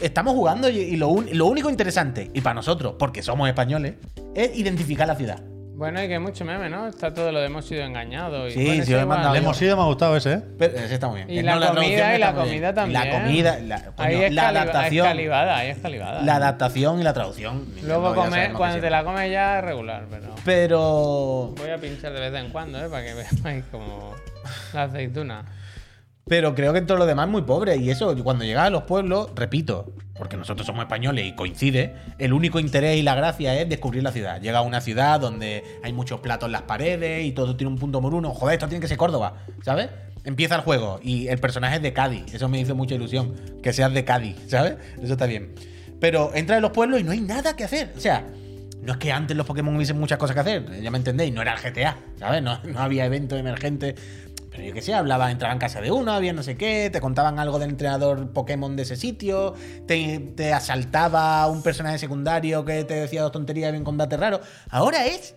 S4: Estamos jugando y, y lo, un- lo único interesante, y para nosotros, porque somos españoles, es identificar la ciudad.
S1: Bueno, y que hay mucho meme, ¿no? Está todo lo de hemos sido engañados. y-
S4: Sí,
S1: bueno,
S4: sí,
S1: eso
S4: me
S1: igual.
S4: mandan-
S3: Le hemos ido, me ha gustado ese, ¿eh?
S4: Pero ese está muy bien.
S1: Y
S4: Eh,
S1: la
S4: traducción
S1: comida, y la
S4: está muy bien.
S1: comida
S4: La
S1: también.
S4: comida, la, coño,
S1: ahí es
S4: la
S1: cali-
S4: adaptación.
S1: Es calibada, ahí es calibada.
S4: la adaptación y la traducción.
S1: Luego
S4: No, ya
S1: comer-
S4: sabemos que
S1: cuando
S4: siempre.
S1: te la comes ya es regular, pero.
S4: Pero.
S1: Voy a pinchar de vez en cuando, ¿eh? Para que [laughs] veáis como la aceituna.
S4: Pero creo que todo lo demás es muy pobre. Y eso, cuando llegas a los pueblos, repito, porque nosotros somos españoles y coincide, el único interés y la gracia es descubrir la ciudad. Llega a una ciudad donde hay muchos platos en las paredes y todo tiene un punto moruno. Joder, esto tiene que ser Córdoba, ¿sabes? Empieza el juego y el personaje es de Cádiz. Eso me hizo mucha ilusión, que seas de Cádiz, ¿sabes? Eso está bien. Pero entra en los pueblos y no hay nada que hacer. O sea, no es que antes los Pokémon hubiesen muchas cosas que hacer, ya me entendéis, no era el GTA, ¿sabes? No, no había eventos emergentes. Pero yo qué sé, hablaba, entraba en casa de uno, había no sé qué, te contaban algo del entrenador Pokémon de ese sitio, te, te asaltaba un personaje secundario que te decía dos tonterías y un combate raro. Ahora es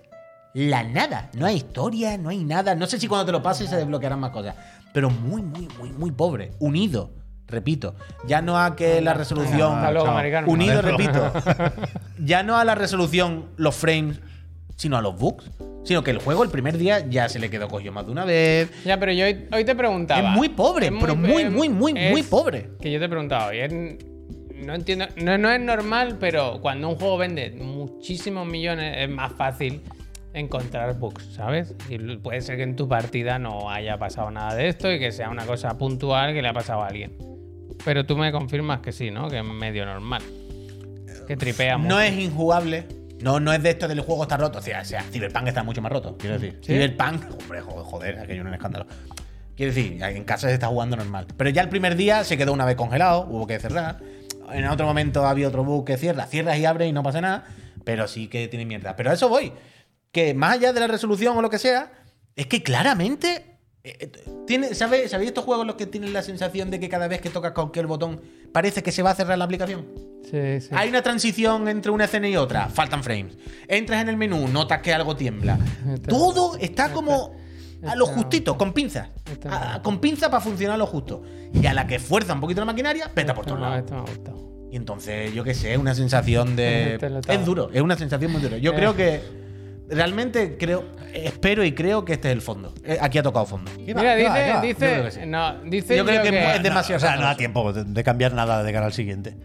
S4: la nada, no hay historia, no hay nada. No sé si cuando te lo pases se desbloquearán más cosas, pero muy, muy, muy, muy pobre, unido, repito. Ya no a que la resolución.
S1: Hasta luego,
S3: chao.
S1: americano.
S4: Unido,
S1: Hasta luego.
S4: repito, ya no a la resolución, los frames, sino a los bugs. Sino que el juego el primer día ya se le quedó cogido más de una vez.
S1: Ya, pero yo hoy, hoy te preguntaba.
S4: Es muy pobre, pero muy,
S1: eh,
S4: muy, muy, muy
S1: es
S4: pobre.
S1: Que yo te he preguntado, y es- no entiendo, no, no es normal, pero cuando un juego vende muchísimos millones es más fácil encontrar bugs, ¿sabes? Y l- puede ser que en tu partida no haya pasado nada de esto y que sea una cosa puntual que le ha pasado a alguien. Pero tú me confirmas que sí, ¿no? Que es medio normal. Que tripea mucho.
S4: No es injugable. No, no es de esto del juego está roto. O sea, o sea, Cyberpunk está mucho más roto, quiero decir.
S1: ¿Sí?
S4: Cyberpunk, hombre, jo- joder, aquello era un escándalo. Quiero decir, en casa se está jugando normal. Pero ya el primer día se quedó una vez congelado, hubo que cerrar. En otro momento había otro bug que cierra, cierras y abres y no pasa nada. Pero sí que tiene mierda. Pero a eso voy. Que más allá de la resolución o lo que sea, es que claramente. eh, eh, Tiene, ¿sabe- ¿Sabéis estos juegos los que tienen la sensación de que cada vez que tocas cualquier botón parece que se va a cerrar la aplicación?
S1: Sí, sí.
S4: Hay una transición entre una escena y otra, faltan frames. Entras en el menú, notas que algo tiembla.
S1: Está-
S4: Todo está como a lo
S1: está-
S4: justito, con pinzas.
S1: está-
S4: A- a- Con pinzas para funcionar lo justo. Y a la que fuerza un poquito la maquinaria, peta por
S1: Esto
S4: todos
S1: me-
S4: lados.
S1: esto me ha gustado.
S4: Y entonces, yo qué sé, es una sensación de.
S1: Te lo estaba.
S4: Es duro, es una sensación muy dura. Yo
S1: Eh.
S4: creo que. Realmente creo, espero y creo que este es el fondo. Eh, Aquí ha tocado fondo.
S3: va,
S1: Mira,
S3: qué va, qué va.
S1: dice,
S4: Yo creo que
S1: dice,
S4: sí.
S1: no, dice
S4: Yo creo
S1: yo
S4: que es
S1: que
S4: demasiado
S3: O sea,
S4: sano.
S3: no da tiempo de, de cambiar nada de cara al siguiente.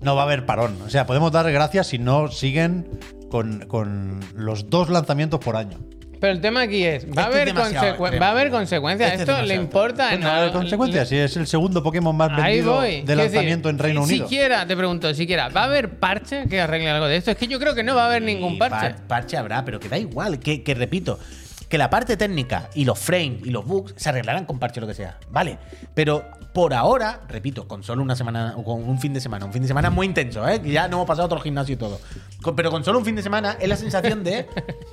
S3: No va a haber parón. O sea, podemos dar gracias si no siguen con, con los dos lanzamientos por año.
S1: Pero el tema aquí es,
S4: Este
S1: ¿va,
S4: es
S1: a, haber
S4: demasiado
S1: consecue-
S4: extremo.
S1: ¿va a haber consecuencias?
S4: Este es
S1: ¿Esto le
S4: demasiado
S1: importa?
S3: Bueno, va a haber
S1: No,
S3: consecuencias. Si es el segundo Pokémon más
S1: Ahí
S3: vendido
S1: voy.
S3: de
S1: Quiero decir,
S3: lanzamiento en Reino Unido.
S1: Siquiera, te pregunto, siquiera, ¿va a haber parche que arregle algo de esto? Es que yo creo que no va a haber ningún
S4: Y
S1: parche.
S4: par- parche habrá, pero que da igual, que, que repito, que la parte técnica y los frames y los bugs se arreglarán con parche o lo que sea, ¿vale? Pero por ahora, repito, con solo una semana, o con un fin de semana, un fin de semana muy intenso, ¿eh? Que ya no hemos pasado otro gimnasio y todo. Con- pero con solo un fin de semana es la
S3: [laughs]
S4: sensación de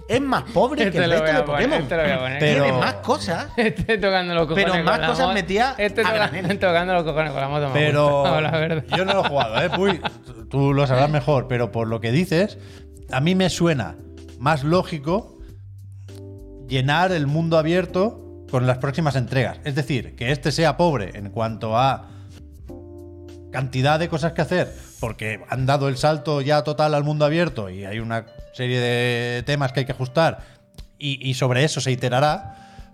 S4: es más pobre
S1: Este
S4: que el
S1: lo voy
S4: resto
S1: a
S4: de
S1: poner,
S4: Pokémon.
S1: este lo voy a poner. [laughs]
S4: Tiene
S3: Pero-
S4: más cosas.
S1: Este tocando los cojones.
S4: Pero
S1: con
S4: más
S1: la
S4: cosas
S1: moto.
S4: metía
S1: Este
S4: a
S1: toca-
S4: granel.
S1: tocando los cojones con la moto. me
S3: Pero
S1: gusta, [laughs] la verdad.
S3: yo no lo he jugado, ¿eh? Puy, tú lo sabrás mejor, pero por lo que dices, a mí me suena más lógico llenar el mundo abierto con las próximas entregas. Es decir, que este sea pobre en cuanto a cantidad de cosas que hacer, porque han dado el salto ya total al mundo abierto y hay una serie de temas que hay que ajustar y, y sobre eso se iterará.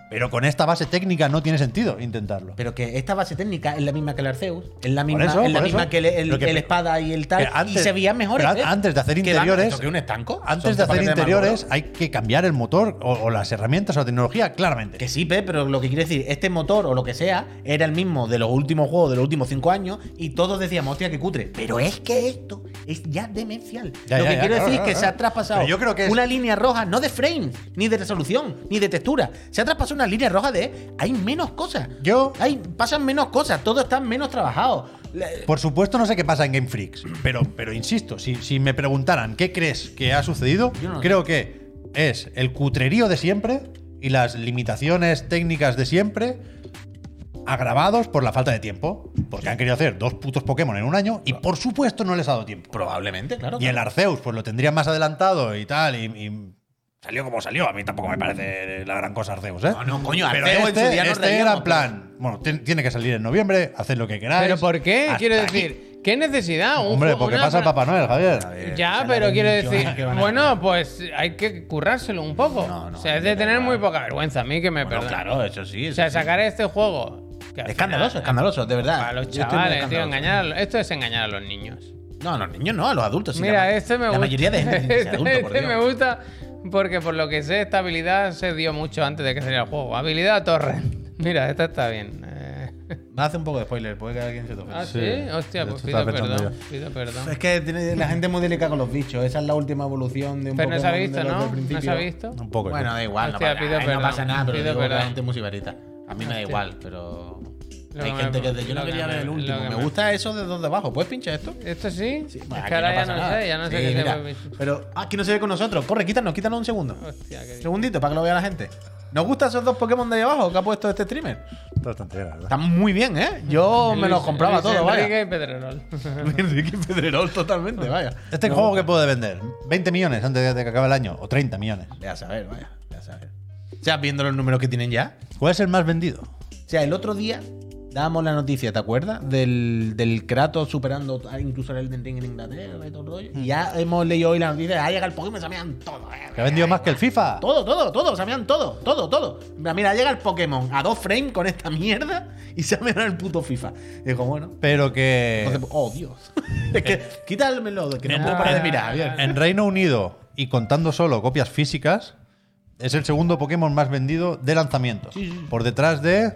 S3: Pero con esta base técnica no tiene sentido intentarlo.
S4: Pero que esta base técnica es la misma que el Arceus, es la misma,
S3: eso,
S4: es la
S3: por
S4: misma
S3: eso.
S4: que el, el-
S3: Lo que-
S4: el espada y el tal,
S3: Pero Eh, antes-
S4: y se veían mejores.
S3: pero
S4: ¿eh?
S3: antes de hacer
S4: Que vamos,
S3: interiores-
S4: ¿esto que es un estanco?
S3: Antes
S4: Son
S3: de hacer
S4: paquetes Marlboro.
S3: interiores hay que cambiar el motor o, o las herramientas o la tecnología, claramente.
S4: Que sí, Pep, pero lo que quiere decir, este motor o lo que sea, era el mismo de los últimos juegos de los últimos cinco años y todos decíamos, hostia, qué cutre. Pero es que esto es ya demencial.
S3: Ya,
S4: lo
S3: ya,
S4: que
S3: ya,
S4: quiero
S3: claro,
S4: decir
S3: claro,
S4: es que se
S3: claro.
S4: ha traspasado
S3: Pero yo creo que es-
S4: una línea roja, no de frame, ni de resolución, ni de textura. Se ha traspasado una línea roja de hay menos cosas.
S3: Yo-
S4: Hay, pasan menos cosas, todo está menos trabajado. La-
S3: Por supuesto, no sé qué pasa en Game Freaks, pero, pero insisto, si, si me preguntaran qué crees que ha sucedido,
S4: Yo no lo
S3: creo que es el cutrerío de siempre y las limitaciones técnicas de siempre agravados por la falta de tiempo, porque han querido hacer dos putos Pokémon en un año y por supuesto no les ha dado tiempo.
S4: Probablemente, claro.
S3: Y el Arceus, pues lo tendría más adelantado y tal, y, y salió como salió. A mí tampoco me parece la gran cosa Arceus, ¿eh?
S4: No, no, coño,
S3: Pero
S4: Arceus en
S3: este,
S4: su día nos
S3: este
S4: reíamos,
S3: era
S4: pero-
S3: en plan, bueno, ti- tiene que salir en noviembre, haced lo que queráis.
S1: ¿Pero por qué?
S3: Hasta
S1: Quiero
S3: aquí.
S1: decir, ¿qué necesidad? Un
S3: Hombre,
S1: ju-
S3: porque
S1: una-
S3: pasa el Papá Noel, Javier.
S1: Ya,
S4: Esa es
S1: pero
S4: la
S1: quiero
S4: religión
S1: decir,
S4: que van a
S1: bueno, pues hay que currárselo un poco.
S4: No, no,
S1: o sea, es
S4: no,
S1: de
S4: no,
S1: tener
S4: no.
S1: muy poca vergüenza, a mí que me
S4: Bueno,
S1: perdonen.
S4: claro, eso
S1: O
S4: sí. eso
S1: sea,
S4: sí.
S1: sacar este juego. que al
S4: Escandaloso,
S1: final,
S4: escandaloso, de verdad.
S1: Para los
S4: Yo estoy muy
S1: chavales, tío,
S4: escandaloso.
S1: engañar a los- esto es engañar a los niños.
S4: No, a los niños no, a los adultos. sí,
S1: Mira,
S4: la ma-
S1: este me
S4: la
S1: gusta.
S4: mayoría
S1: [laughs]
S4: de gente dice
S1: este,
S4: adulto, por
S1: este
S4: Dios.
S1: me gusta porque por lo que sé, esta habilidad se dio mucho antes de que saliera el juego. Habilidad Torrent. [laughs] Mira, esta está bien. Eh,
S4: Me hace un poco de spoiler, puede que alguien se toque.
S1: Ah, sí,
S3: Sí,
S1: hostia,
S3: de
S1: pues
S3: esto
S1: pido
S3: estaba pensando
S1: perdón. Pido perdón.
S4: Es que Eh, tiene la gente es muy delicada con los bichos. Esa es la última evolución de un
S1: Pero no se ha
S4: Pokémon de
S1: visto,
S4: los
S1: ¿no?
S4: del
S1: No se
S4: principio.
S1: ha visto.
S3: Un poco.
S4: Bueno, da igual, no,
S1: Hostia,
S4: pasa-
S1: pido
S4: ay, no
S1: perdón,
S4: pasa nada, pero
S1: pido
S4: digo que la
S1: perdón.
S4: gente es muy sibarita. A mí me da igual, pero.
S1: Lo
S4: Hay
S1: que
S4: gente
S1: me-
S4: que dice, yo no
S1: lo que
S4: quería
S1: me-
S4: ver el
S1: lo
S4: último.
S1: que
S4: Me
S1: me-
S4: gusta eso de dos de abajo. ¿Puedes pinchar esto?
S1: ¿esto sí?
S4: Sí,
S1: es
S4: bueno,
S1: que
S4: aquí
S1: ahora
S4: no
S1: ya
S4: pasa
S1: no
S4: nada.
S1: sé, ya no sé
S4: Sí,
S1: qué te
S4: mira,
S1: voy a-
S4: Pero ah, aquí no se ve con nosotros. Corre, quítanos, quítanos un segundo.
S1: Hostia, qué bien.
S4: Segundito, para que lo vea la gente. ¿Nos gustan esos dos Pokémon de ahí abajo que ha puesto este streamer?
S3: Todas tonterías, ¿verdad?
S4: Están muy bien, ¿eh? Yo me los
S1: Luis-
S4: compraba
S1: Luis
S4: todos, vaya.
S1: Enrique y Pedrerol.
S4: [laughs] Enrique Pedrerol, totalmente, vaya.
S3: Este juego que puede vender 20 millones antes de que acabe el año o 30 millones.
S4: Ya saber, vaya. Ya saber. O sea, viendo los números que tienen ya.
S3: ¿Cuál es el más vendido?
S4: O sea, el otro día dábamos la noticia, ¿te acuerdas? Del, del Kratos superando a- incluso el Elden Ring en Inglaterra y todo el rollo. Y ya hemos leído hoy la noticia de ha llegado el Pokémon, se mean todo. eh,
S3: Que ha vendido más que el FIFA.
S4: Todo, todo, todo, se mean todo, todo, todo. Mira, mira, llega el Pokémon a dos frames con esta mierda y se mean el puto FIFA. Y digo, bueno.
S3: Pero que
S4: entonces, oh, Dios. [laughs] es que quítamelo, que no
S1: No,
S4: puedo parar de
S1: no,
S4: mirar.
S1: no,
S4: bien.
S3: en Reino Unido y contando solo copias físicas, es el segundo Pokémon más vendido de lanzamiento.
S4: Sí, sí.
S3: Por detrás de.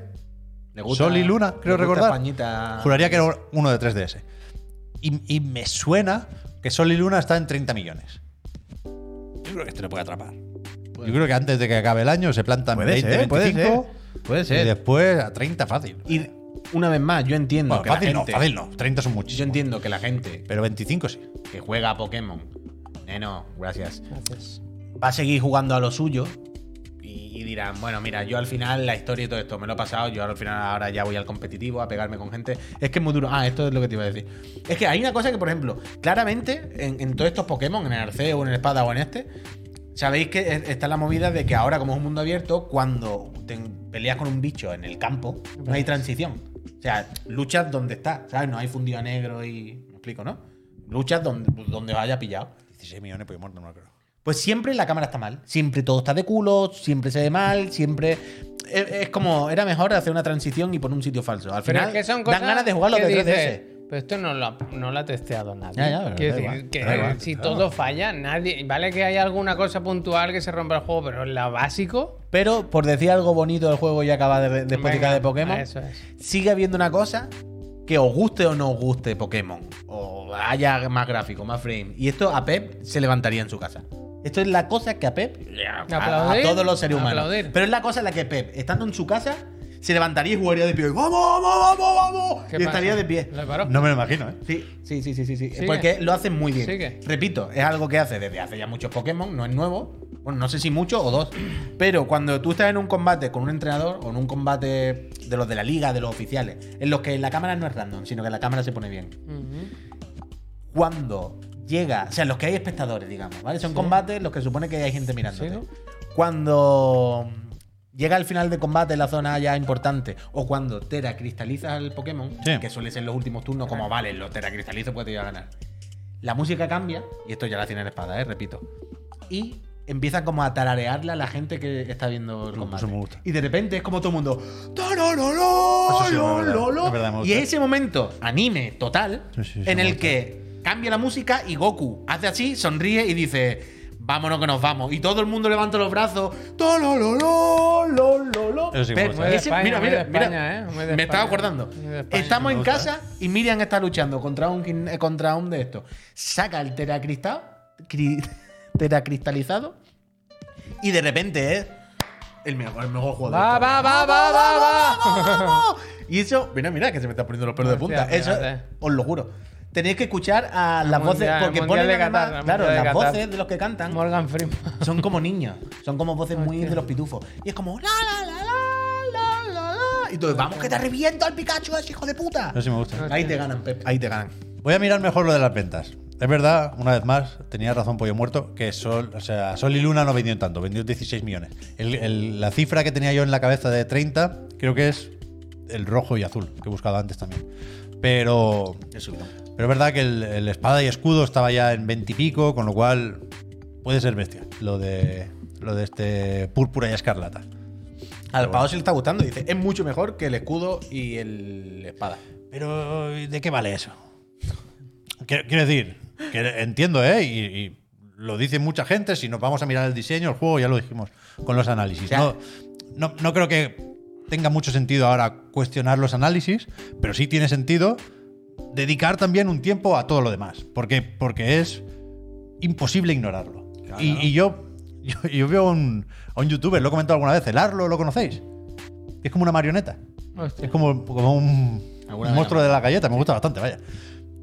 S4: Le gusta-
S3: Sol y Luna,
S4: le
S3: creo
S4: gusta
S3: recordar.
S4: Pañita.
S3: Juraría que era uno de 3DS. Y, y me suena que Sol y Luna está en 30 millones. Yo creo que este lo puede atrapar. Yo creo que antes de que acabe el año se plantan
S4: Puede
S3: 20,
S4: ser, puede
S3: 25
S4: ser. Puede
S3: y
S4: ser.
S3: después a 30 fácil.
S4: Y una vez más, yo entiendo
S3: Bueno,
S4: que
S3: fácil
S4: la
S3: no,
S4: gente,
S3: fácil no. 30 son
S4: Yo
S3: muchísimos.
S4: entiendo que la gente
S3: Pero 25 sí.
S4: que juega a Pokémon, neno, gracias, va a seguir jugando a lo suyo y, y dirán, bueno, mira, yo al final la historia y todo esto me lo he pasado, yo al final ahora ya voy al competitivo a pegarme con gente. Es que es muy duro. Ah, esto es lo que te iba a decir. Es que hay una cosa que, por ejemplo, claramente en, en todos estos Pokémon, en el Arceus, en el Espada o en este, Sabéis que es- está la movida de que ahora, como es un mundo abierto, cuando te peleas con un bicho en el campo, no hay transición. O sea, luchas donde está, ¿sabes? No hay fundido a negro y. Me explico, ¿no? Luchas donde, donde os haya pillado.
S3: 16 millones de Pokémon, no me lo creo.
S4: Pues siempre la cámara está mal. Siempre todo está de culo, siempre se ve mal, siempre. Es, es como, era mejor hacer una transición y poner un sitio falso. Al
S1: Pero
S4: final,
S1: es que son cosas
S4: dan ganas de jugarlo
S1: que
S4: de 3DS.
S1: dices, Pero esto no lo, ha, no lo ha testeado nadie.
S4: Ya, ya, pero
S1: Quiero
S4: da
S1: decir
S4: igual,
S1: que
S3: da igual,
S1: si
S3: da
S1: todo
S3: igual.
S1: falla, nadie. Vale que hay alguna cosa puntual que se rompa el juego, pero la básico.
S4: Pero por decir algo bonito del juego y acabar de, de despotricar
S1: venga,
S4: de Pokémon.
S1: Eso es.
S4: sigue habiendo una cosa que os guste o no os guste Pokémon, o haya más gráfico, más frame. Y esto a Pep se levantaría en su casa. Esto es la cosa que a Pep, a- a,
S1: Aplaudir,
S4: todos los seres humanos.
S1: aplaudir.
S4: Pero es la cosa en la que Pep, estando en su casa, se levantaría y jugaría de pie. ¡Vamos, vamos, vamos, vamos! Y
S1: ¿Qué pasa?
S4: estaría de pie.
S1: ¿Le paró?
S3: No me lo imagino, ¿eh?
S4: Sí, sí, sí, sí, sí. sí.
S1: Sigue.
S4: Porque lo hacen muy bien.
S1: Sigue.
S4: Repito, es algo que hace desde hace ya muchos Pokémon, no es nuevo. Bueno, no sé si muchos o dos. Pero cuando tú estás en un combate con un entrenador o en un combate de los de la liga, de los oficiales, en los que la cámara no es random, sino que la cámara se pone bien.
S1: Ujú.
S4: Cuando llega, o sea, los que hay espectadores, digamos, ¿vale? Son combates los que supone que hay gente mirándote.
S1: Sigo.
S4: Cuando llega al final de combate la zona ya importante, o cuando Tera cristaliza al Pokémon,
S3: Sí.
S4: que suele ser los últimos turnos, como vale, lo Tera cristalizo, pues te voy a ganar. La música cambia, y esto ya la tiene en espada, ¿eh? repito. Y empieza como a tararearla la gente que está viendo el combate.
S3: eso me gusta.
S4: Y de repente es como todo el mundo.
S3: Eso sí, es
S4: "Tararololo,
S3: verdad,
S4: lolo".
S3: es verdad, me
S4: y
S3: gusta.
S4: ese momento anime total
S3: Sí, sí, sí,
S4: en
S3: me
S4: el
S3: gusta.
S4: que cambia la música y Goku hace así, sonríe y dice, vámonos que nos vamos. Y todo el mundo levanta los brazos. "Tararololo, lolo".
S3: Eso sí me
S4: Pero
S3: gusta.
S1: Muy de
S4: ese-
S1: España,
S4: mira,
S1: muy
S4: mira,
S1: de
S4: mira.
S1: España, ¿eh? Muy de
S4: me
S1: España.
S4: estaba acordando.
S1: Muy de España.
S4: Estamos en
S3: gusta,
S4: casa y Miriam está luchando contra un, gim- contra un de estos. Saca el teracristal, cri- [laughs] teracristalizado y de repente es el mejor, el mejor juego de
S1: Va,
S4: la
S1: va,
S4: historia.
S1: va, va, va, va.
S4: ¡Vamos! Y eso, mira, mira, que se me está poniendo los pelos de punta.
S1: Hostia,
S4: Eso,
S1: fíjate.
S4: os lo juro. tenéis que escuchar a las voces.
S1: Mundial,
S4: Porque
S1: el
S4: ponen
S1: Mundial de
S4: además-
S1: Qatar, el
S4: Claro,
S1: Mundial de
S4: las
S1: Qatar.
S4: voces de los que cantan
S1: Morgan Freeman.
S4: son como niños. Son como voces muy de los pitufos. Y es como. La, la, la, la, la, la, la. Y todo. Vamos, que te reviento al Pikachu, ese hijo de puta.
S3: No sé si me gusta.
S4: Ahí te ganan, Pep. Ahí te ganan.
S3: Voy a mirar mejor lo de las ventas. Es verdad, una vez más, tenía razón Pollo Muerto, que Sol, o sea, Sol y Luna no vendieron tanto, vendieron 16 millones. El- el- la cifra que tenía yo en la cabeza de 30, creo que es el rojo y azul, que he buscado antes también. Pero,
S4: Eso,
S3: pero es verdad que el, el espada y escudo estaba ya en 20 y pico, con lo cual puede ser bestia lo de, lo de este púrpura y escarlata.
S4: Al Pao se le está gustando. Dice: Es mucho mejor que el escudo y el espada.
S3: Pero, ¿de qué vale eso? Quiero, quiero decir, que entiendo, ¿eh? Y, y lo dice mucha gente, si nos vamos a mirar el diseño, el juego, ya lo dijimos, con los análisis.
S4: O sea-
S3: no, no, no creo que tenga mucho sentido ahora cuestionar los análisis, pero sí tiene sentido dedicar también un tiempo a todo lo demás, porque, porque es imposible ignorarlo. y, y yo, yo, yo veo un- a un youtuber, lo he comentado alguna vez, el Arlo, ¿lo conocéis? Es como una marioneta.
S1: Hostia.
S3: Es como, como un,
S4: Alguna
S3: un
S4: vez
S3: monstruo de la galleta, me gusta bastante, vaya.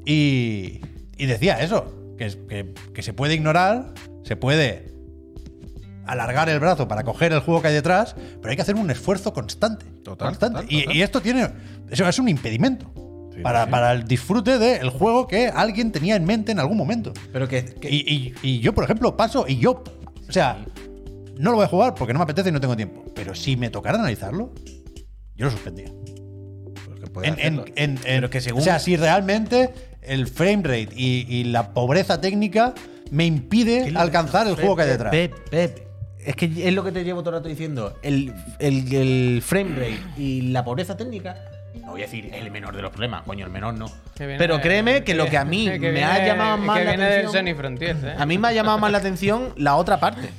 S3: Y, y decía eso, que, es- que- que se puede ignorar, se puede alargar el brazo para coger el juego que hay detrás, pero hay que hacer un esfuerzo constante.
S2: Total,
S3: constante.
S2: total,
S3: y,
S2: total.
S3: y esto tiene, eso es un impedimento
S2: Sí,
S3: para,
S2: sí.
S3: para el disfrute del juego que alguien tenía en mente en algún momento.
S4: Pero que. que-
S3: Y, y- y yo, por ejemplo, paso y yo, o sea, no lo voy a jugar porque no me apetece y no tengo tiempo. Pero si me tocara analizarlo, yo lo suspendía.
S4: Pues
S2: Porque puede
S3: En- en-
S2: hacerlo.
S3: en- en-
S4: Pero que según-
S3: O sea, si realmente el frame rate y, y la pobreza técnica me impide alcanzar el juego que hay detrás.
S4: Pep, Pep. Es que es lo que te llevo todo el rato diciendo. El, el, el frame rate y la pobreza técnica. No voy a decir es el menor de los problemas, coño, el menor no.
S1: Que viene
S4: Pero
S1: de-
S4: créeme que lo que a
S1: [laughs]
S4: mí
S1: que
S4: me
S1: viene-
S4: ha llamado más
S1: Que
S4: la
S1: viene del
S4: atención.
S1: Sony Frontiers, ¿eh?
S4: A mí me ha llamado más la atención la otra parte.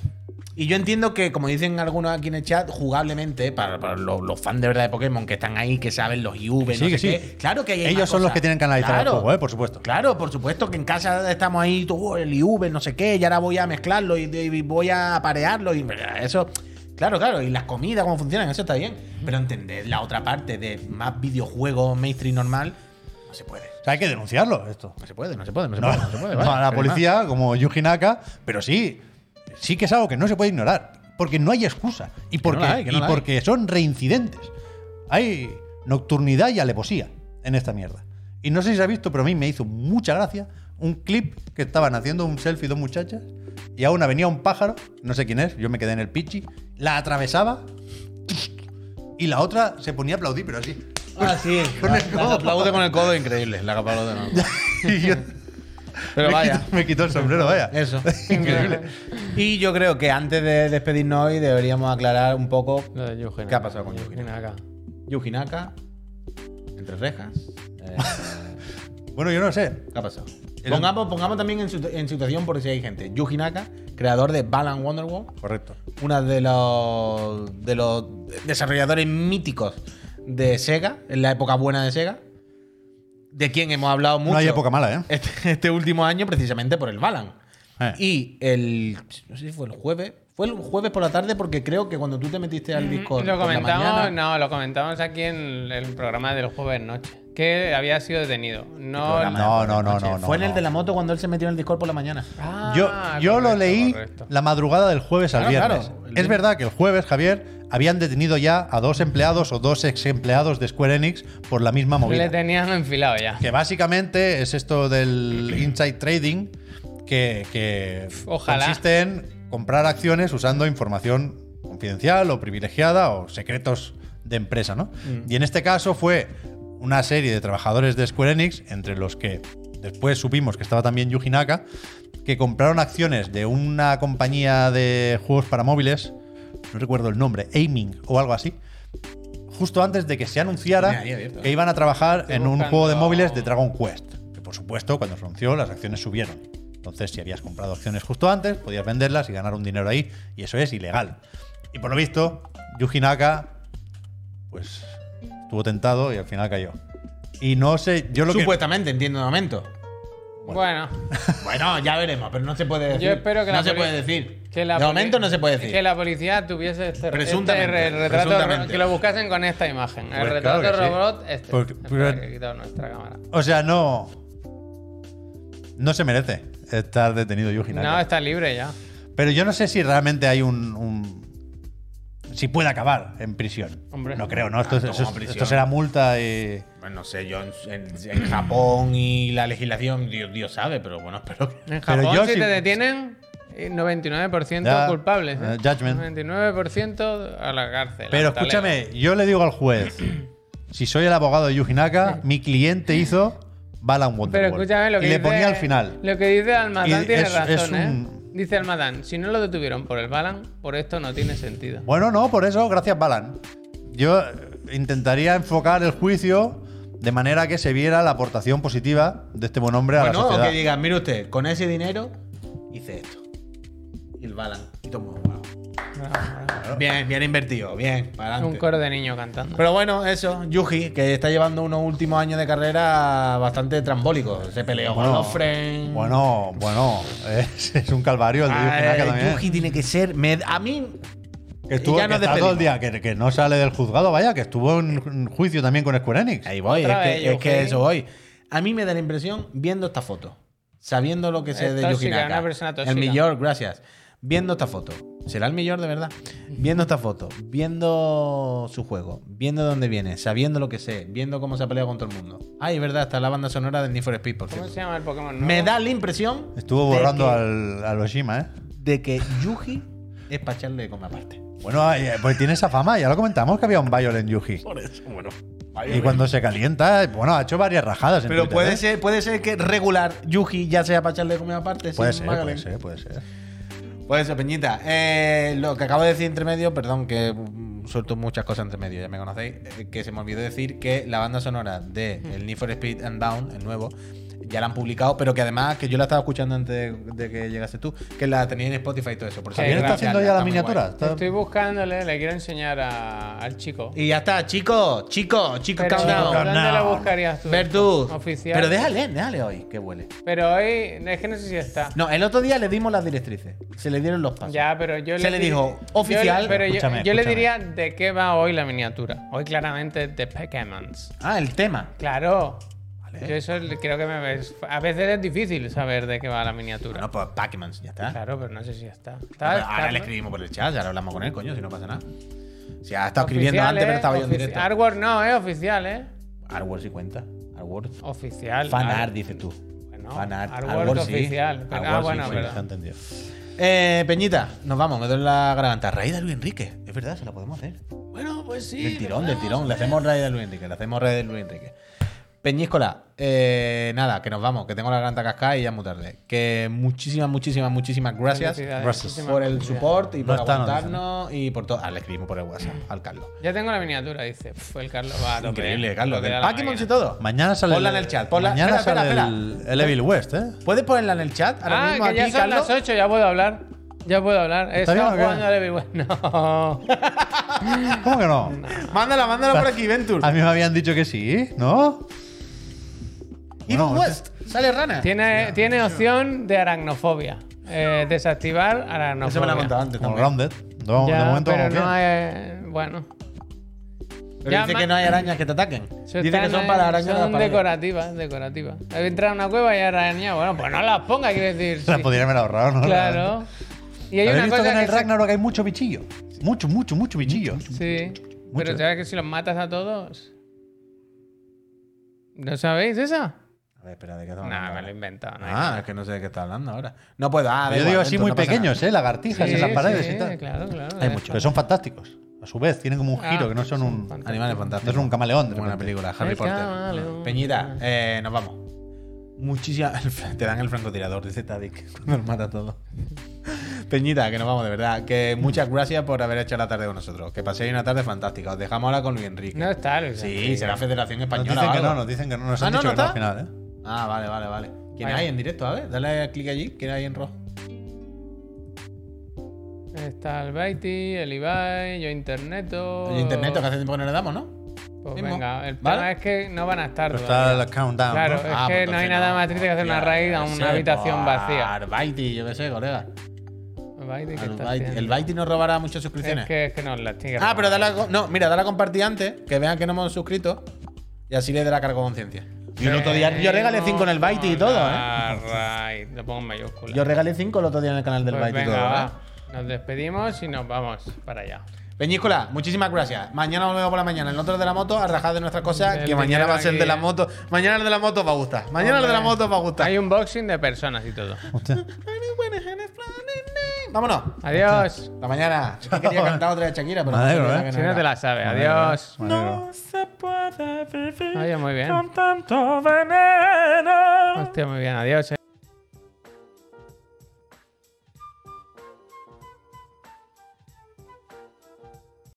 S4: Y yo entiendo que, como dicen algunos aquí en el chat, jugablemente, para, para los, los fans de verdad de Pokémon que están ahí, que saben los IV,
S3: Sí,
S4: no
S3: que
S4: sé
S3: sí.
S4: qué, claro que ahí hay
S3: Ellos
S4: más
S3: son los
S4: cosas.
S3: que tienen que analizar
S4: Claro.
S3: el juego, ¿eh? por supuesto.
S4: Claro, por supuesto que en casa estamos ahí, tú, el IV, no sé qué, y ahora voy a mezclarlo y, y voy a parearlo y eso. Claro, claro, y las comidas, cómo funcionan, eso está bien. Pero entender la otra parte de más videojuegos mainstream normal, no se puede.
S3: O sea, hay que denunciarlo esto.
S4: No se puede, no se puede, no se
S3: No,
S4: puede. No se puede
S3: no
S4: vale.
S3: a la
S4: Pero nada.
S3: policía, como Yuji Naka, pero sí, sí que es algo que no se puede ignorar. Porque no hay excusa. Y porque,
S4: la hay, que no
S3: y
S4: la hay.
S3: porque son reincidentes. Hay nocturnidad y alevosía en esta mierda. Y no sé si se ha visto, pero a mí me hizo mucha gracia un clip que estaban haciendo un selfie dos muchachas y a una venía un pájaro, no sé quién es, yo me quedé en el pichi, la atravesaba y la otra se ponía a aplaudir, pero así. [laughs]
S4: Ah, [laughs] sí.
S3: Con el
S4: Las
S3: codo.
S4: aplaude con el codo increíble.
S2: Increíble, la capa de no.
S3: Y yo-
S4: Pero
S3: me
S4: vaya.
S3: quitó- me quitó el sombrero, vaya.
S4: Eso. Increíble. Y yo creo que antes de despedirnos hoy deberíamos aclarar un poco
S1: Lo de Yuji
S4: ¿Qué ha
S1: Naka.
S4: pasado con Yuji
S1: Naka?
S4: Yuji Naka, entre rejas. Eh,
S3: Bueno, yo no sé.
S4: ¿Qué ha pasado?
S3: El-
S4: Pongamos, pongamos también en, situ- en situación por si hay gente. Yuji Naka, creador de Balan Wonderworld,
S3: Correcto.
S4: uno de los, de los desarrolladores míticos de Sega, en la época buena de Sega, de quien hemos hablado mucho.
S3: No hay época mala, ¿eh?
S4: este, este último año precisamente por el Balan.
S3: Eh.
S4: Y el. No sé si fue el jueves. Fue el jueves por la tarde porque creo que cuando tú te metiste al Discord.
S1: Lo
S4: por la
S1: comentamos,
S4: mañana-
S1: no, lo comentamos aquí en el programa del jueves noche. Que había sido detenido. No,
S4: programa?
S3: No, no, no, no. no,
S4: Fue en el
S3: no.
S4: de la moto cuando él se metió en el Discord por la mañana.
S1: Ah,
S3: Yo, yo lo
S1: correcto,
S3: leí
S1: correcto.
S3: la madrugada del jueves al
S4: Claro,
S3: viernes.
S4: claro, el
S3: Es
S4: viernes.
S3: verdad que el jueves, Javier, habían detenido ya a dos empleados o dos ex empleados de Square Enix por la misma
S1: Le
S3: movida.
S1: tenían enfilado ya.
S3: Que básicamente es esto del inside trading que, que
S1: Ojalá.
S3: consiste en comprar acciones usando información confidencial o privilegiada o secretos de empresa, ¿no?
S4: Mm.
S3: Y en este caso fue una serie de trabajadores de Square Enix, entre los que después supimos que estaba también Yuji Naka, que compraron acciones de una compañía de juegos para móviles, no recuerdo el nombre, Aiming o algo así, justo antes de que se anunciara
S4: Tenía ahí abierto, ¿eh?
S3: que iban a trabajar
S1: Estoy
S3: en un juego de
S1: buscando-
S3: móviles de Dragon Quest. Que por supuesto, cuando se anunció, las acciones subieron. Entonces, si habías comprado acciones justo antes, podías venderlas y ganar un dinero ahí, y eso es ilegal. Y por lo visto, Yuji Naka, pues, estuvo tentado y al final cayó. Y no sé, yo lo que.
S4: Supuestamente, entiendo de momento.
S1: Bueno,
S4: Bueno, ya veremos, pero no se puede decir.
S1: yo espero que
S4: No
S1: la
S4: se
S1: poli-
S4: puede decir.
S1: que la
S4: de
S1: poli-
S4: momento no se puede decir.
S1: Que la policía tuviese este,
S4: Presuntamente,
S1: este re- retrato,
S4: presuntamente.
S1: que lo buscasen con esta imagen. El
S3: Pues
S1: retrato
S3: claro que sí.
S1: robot, este.
S3: Porque-
S1: Espera,
S3: pero-
S1: que he quitado nuestra cámara.
S3: O sea, no. No se merece estar detenido Yuji Naka.
S1: No, está libre ya.
S3: Pero yo no sé si realmente hay un. un- si puede acabar en prisión.
S1: Hombre. Ah,
S3: No creo, ¿no? Esto,
S4: Tanto
S3: eso-
S4: como prisión.
S3: esto será multa y.
S4: Bueno, no sé, yo en, en- en Japón y la legislación, Dios, Dios sabe, pero bueno, espero que.
S1: En
S3: Pero
S1: Japón,
S3: yo
S1: si
S3: sí-
S1: te detienen, eh, 99%
S3: Ya,
S1: culpables. ¿eh?
S3: eh, judgment.
S1: 99% a la cárcel.
S3: Pero
S1: al talego.
S3: escúchame, yo le digo al juez: [clears throat] si soy el abogado de Yuji Naka, mi cliente hizo Balan
S1: Pero
S3: Wonderworld.
S1: escúchame lo que
S3: Y le
S1: dice-
S3: ponía al final.
S1: Lo que dice Almadán
S3: Y
S1: tiene
S3: es-
S1: razón,
S3: es
S1: ¿eh?
S3: un-
S1: Dice Almadán, si no lo detuvieron por el Balan, por esto no tiene sentido.
S3: Bueno, no, por eso, gracias, Balan. Yo eh, intentaría enfocar el juicio de manera que se viera la aportación positiva de este buen hombre a la
S4: Bueno, o
S3: sociedad.
S4: que digan, mire usted, con ese dinero hice esto. Y el Balan. Y tomo, wow.
S1: Bravo, bravo.
S4: Bien, bien invertido, bien, para
S1: Ah, Un coro de niño cantando.
S4: Pero bueno, eso, Yuji, que está llevando unos últimos años de carrera bastante trambólicos. Se peleó con
S3: Bueno,
S4: los Friends.
S3: Bueno, bueno, [laughs] es, es un calvario el de Yuji Naka
S4: Ah,
S3: también.
S4: Yuji tiene que ser. me- a mí.
S3: Que estuvo
S4: ya
S3: que
S4: nos
S3: está todo el
S4: despedimos.
S3: día, que, que no sale del juzgado, vaya, que estuvo en en juicio también con Square Enix.
S4: Ahí voy, es
S1: Otra
S4: que,
S1: vez,
S4: es que
S1: Yuji.
S4: eso voy. A mí me da la impresión, viendo esta foto, sabiendo lo que sé
S1: Es
S4: de
S1: tóxica,
S4: Yuji Naka,
S1: una persona tóxica.
S4: El millor, gracias. Viendo esta foto, será el millor de verdad. Viendo esta foto, viendo su juego, viendo dónde viene, sabiendo lo que sé, viendo cómo se ha peleado con todo el mundo. Ay, es verdad, está la banda sonora del Need for Speed, por
S1: ¿Cómo
S4: cierto.
S1: se llama el Pokémon? nuevo?
S4: Me da la impresión
S3: Estuvo
S4: de
S3: borrando
S4: que-
S3: al, al Oshima, ¿eh?
S4: de que Yuji es para echarle como aparte.
S3: Bueno, ay, eh, pues tiene esa fama, ya lo comentamos que había un Violent Yuji.
S4: Por eso, bueno.
S3: Y cuando se calienta, bueno, ha hecho varias rajadas. En
S4: Pero
S3: Twitter,
S4: puede
S3: ¿eh?
S4: ser, puede ser que regular Yuji ya sea para echarle comida aparte.
S3: Puede
S4: sin
S3: ser,
S4: Magdalena.
S3: puede ser, puede ser.
S4: Pues eso, Peñita. Eh, lo que acabo de decir entre medio, perdón que mm, suelto muchas cosas entre medio, ya me conocéis, eh, que se me olvidó decir que la banda sonora de
S1: Mm.
S4: el Need for Speed and Down, el nuevo, ya la han publicado, pero que además, que yo la estaba escuchando antes de, de que llegase tú, que la tenía en Spotify y todo eso. Por si
S1: Sí,
S3: ¿Quién
S4: queréis
S3: está
S1: gracias,
S3: haciendo
S4: escucharla,
S3: ya la
S4: está muy
S3: miniatura?
S4: guay.
S3: Está-
S1: Estoy buscándole, le quiero enseñar a- al chico.
S4: Y ya está, chicos, chicos, chicos,
S1: Pero,
S4: countdown.
S1: ¿Dónde
S3: Countdown.
S1: la buscarías tú?
S4: Vertu.
S1: Oficial.
S4: Pero déjale, déjale hoy, que huele.
S1: Pero hoy, es que no sé si está.
S4: No, el otro día le dimos las directrices. Se le dieron los pasos.
S1: Ya, pero yo
S4: Se le
S1: di-
S4: dijo,
S1: yo
S4: oficial,
S1: le- pero yo,
S3: escúchame,
S1: yo le
S3: escúchame.
S1: diría de qué va hoy la miniatura. Hoy claramente de Pokémon.
S4: Ah, el tema.
S1: Claro. Yo eso le- creo que me ves. A veces es difícil saber de qué va la miniatura.
S4: Bueno, pues Pac-Man, ya está.
S1: Claro, pero no sé si está.
S4: Pero
S1: Está-
S4: ahora
S1: está-
S4: le escribimos por el chat, ahora hablamos con él, coño, si no pasa nada. Si ha
S1: oficial,
S4: estado escribiendo antes,
S1: ¿eh?
S4: pero estaba yo en
S1: Ofici-
S4: directo.
S1: Artwork no, es oficial, ¿eh?
S4: Artwork sí cuenta. Artwork.
S1: Oficial.
S4: Fan
S1: Ar-
S4: art, dices tú.
S1: Bueno,
S4: Fan art.
S1: artwork
S4: sí.
S1: oficial. Pero- ah,
S4: Artwork sí,
S1: bueno,
S4: sí.
S1: pero-
S3: Se ha entendido.
S4: Eh, Peñita, nos vamos, me duele la garganta. Raíz de Luis Enrique. Es verdad, se la podemos hacer.
S1: Bueno, pues sí.
S4: Del tirón, del tirón. Le hacemos raíz de Luis Enrique, le hacemos raíz de Luis Enrique. Peñíscola, eh, nada, que nos vamos, que tengo la garganta cascada y ya es muy tarde. Que muchísimas, muchísimas, muchísimas gracias
S1: Felicidades,
S3: Gracias.
S1: muchísimas
S4: por el
S1: felicidades.
S4: support y
S3: No
S4: por
S3: está, no dice
S4: aguantarnos y por todo. Ah, le escribimos por el WhatsApp al Carlos.
S1: Ya tengo la miniatura, dice. Fue el Carlos va a tope.
S4: Increíble,
S1: Lo
S4: Carlos.
S1: que
S4: Del
S1: da la
S4: Pokémon
S1: máquina.
S4: y todo.
S3: Mañana sale.
S4: Ponla en el chat, ponla-
S3: Mañana
S4: espera,
S3: sale
S4: espera,
S3: El, el Evil West,
S4: [laughs]
S3: ¿eh?
S4: ¿Puedes ponerla en el chat? Ahora
S1: ah,
S4: mismo
S1: que
S4: aquí,
S1: ya son
S4: Carlos.
S1: las 8, ya puedo hablar. Ya puedo hablar.
S3: bien o
S1: Estaba
S3: qué?
S1: jugando al Evil West. [laughs] No.
S3: ¿Cómo que no?
S4: Mándala, mándala por aquí, Ventur.
S3: A mí me habían dicho que sí, ¿no?
S4: Evil
S3: Bueno,
S4: West, sale rana.
S1: tiene, tiene opción de aracnofobia. Eh, desactivar aracnofobia.
S4: Eso me lo ha contado antes
S3: este, Como
S4: también.
S3: Grounded. No,
S1: Ya,
S3: de momento,
S1: pero
S3: como
S1: no
S3: [laughs] que-
S1: hay. Bueno.
S4: Pero
S1: Ya,
S4: dice
S1: ma-
S4: que no hay arañas que te ataquen.
S1: Eso
S4: Dice que
S1: están,
S4: son
S1: eh,
S4: para arañas de la
S1: Son
S4: pared.
S1: decorativas, decorativas. He entrado a una cueva y he arañado. Bueno, pues no las ponga, quiero decir.
S3: las
S1: sí.
S3: podrían haber ahorrado, ¿no?
S1: Claro. Y hay
S3: ¿Habéis
S1: una
S3: visto que
S1: cosa
S3: en el
S1: que. se-
S3: Ragnarok hay mucho bichillo? Mucho, mucho, mucho bichillo.
S1: Sí.
S3: Mucho.
S1: Pero sabes que si los matas a todos. ¿No sabéis esa?
S4: A ver, espera, ¿de qué
S1: No,
S4: estamos
S1: me lo
S4: hablando?
S1: he inventado. no hay
S4: Ah, es que no sé de qué está hablando ahora. No puedo. Ah, da
S3: Yo
S4: igual,
S3: digo así
S4: Ventur,
S3: muy
S4: no pasa
S3: pequeños, ¿eh?
S1: Sí,
S3: Lagartijas en las
S1: sí,
S3: paredes y tal.
S1: Claro, claro.
S3: Hay muchos, pero son fantásticos. A su vez, tienen como un
S1: Ah,
S3: giro que no son un.
S1: son
S4: nada. Animales
S3: No
S4: fantásticos.
S3: son un camaleón. de
S4: Como una
S3: repente.
S4: película, Harry
S1: El
S4: Potter.
S1: camaleón.
S4: Peñita, eh, nos vamos. Muchísimas. Te dan [laughs] el francotirador, dice Tadic, [laughs] cuando nos mata todo. Peñita, que nos vamos, de verdad. Que muchas gracias por haber hecho la tarde con nosotros. Que paséis una tarde fantástica. Os dejamos ahora con Luis Enrique.
S1: No está, Luis.
S4: sí, será Federación
S3: Nos
S4: Española.
S3: dicen
S4: o
S3: que
S4: algo.
S3: no, nos dicen que no. Nos
S4: Ah,
S3: han
S4: no,
S3: dicho
S4: no
S3: que no al
S4: está.
S3: final, ¿eh?
S4: Ah, vale, vale, vale. ¿Quién
S1: Vale.
S4: hay en directo? A ver, dale clic allí. ¿Quién hay en rojo?
S1: Está el Baiti, el Ibai, yo Interneto.
S4: Oye, internet, que hace tiempo que no le damos, ¿no?
S1: Pues
S4: mismo.
S1: venga, el
S4: ¿Vale?
S1: tema es que no van a estar.
S3: Pero está
S1: todavía.
S3: el countdown.
S1: Claro,
S3: ¿no?
S1: es
S4: Ah,
S1: que
S4: pues
S1: no hay
S4: entonces
S1: nada más triste que hacer una
S4: Hostia,
S1: raid a
S4: yo qué
S1: una
S4: sé,
S1: habitación
S4: pues,
S1: vacía.
S4: Arbaiti, yo qué sé, colega.
S1: El Baiti, ¿qué está
S4: Arbaiti.
S1: haciendo?
S4: El Baiti nos robará muchas suscripciones.
S1: Es que, es que no las tiene que
S4: Ah,
S1: robar.
S4: pero dale a, no, mira, dale a compartir antes, que vean que no hemos suscrito y así le dará cargo de conciencia. pues Yo el otro día yo regalé 5 en el Baiti y todo, ¿eh?
S1: Alright, lo pongo en mayúscula.
S4: Yo regalé 5 el otro día en el canal del
S1: Pues
S4: Baiti y
S1: venga,
S4: todo, ¿eh?
S1: va. Nos despedimos y nos vamos para allá.
S4: Peñíscola, muchísimas gracias. Mañana volvemos por la mañana. El otro de la moto, a rajar de nuestras cosas,
S1: Del
S4: que mañana
S1: dinero
S4: va a ser
S1: aquí.
S4: de la moto. Mañana el de la moto os va a gustar. Mañana el de la moto os va a gustar.
S1: Hay un boxing de personas y todo.
S3: [laughs] Hostia.
S4: Vámonos.
S1: Adiós.
S4: Hasta mañana. Yo quería cantar otra de Shakira, pero
S3: Madre,
S4: no sé
S3: ¿eh?
S4: la que
S1: Si no
S4: era.
S1: te la sabes, adiós.
S3: Me alegro.
S5: se puede vivir
S1: Oye, muy bien.
S5: tanto veneno.
S1: Hostia, muy bien, adiós. eh.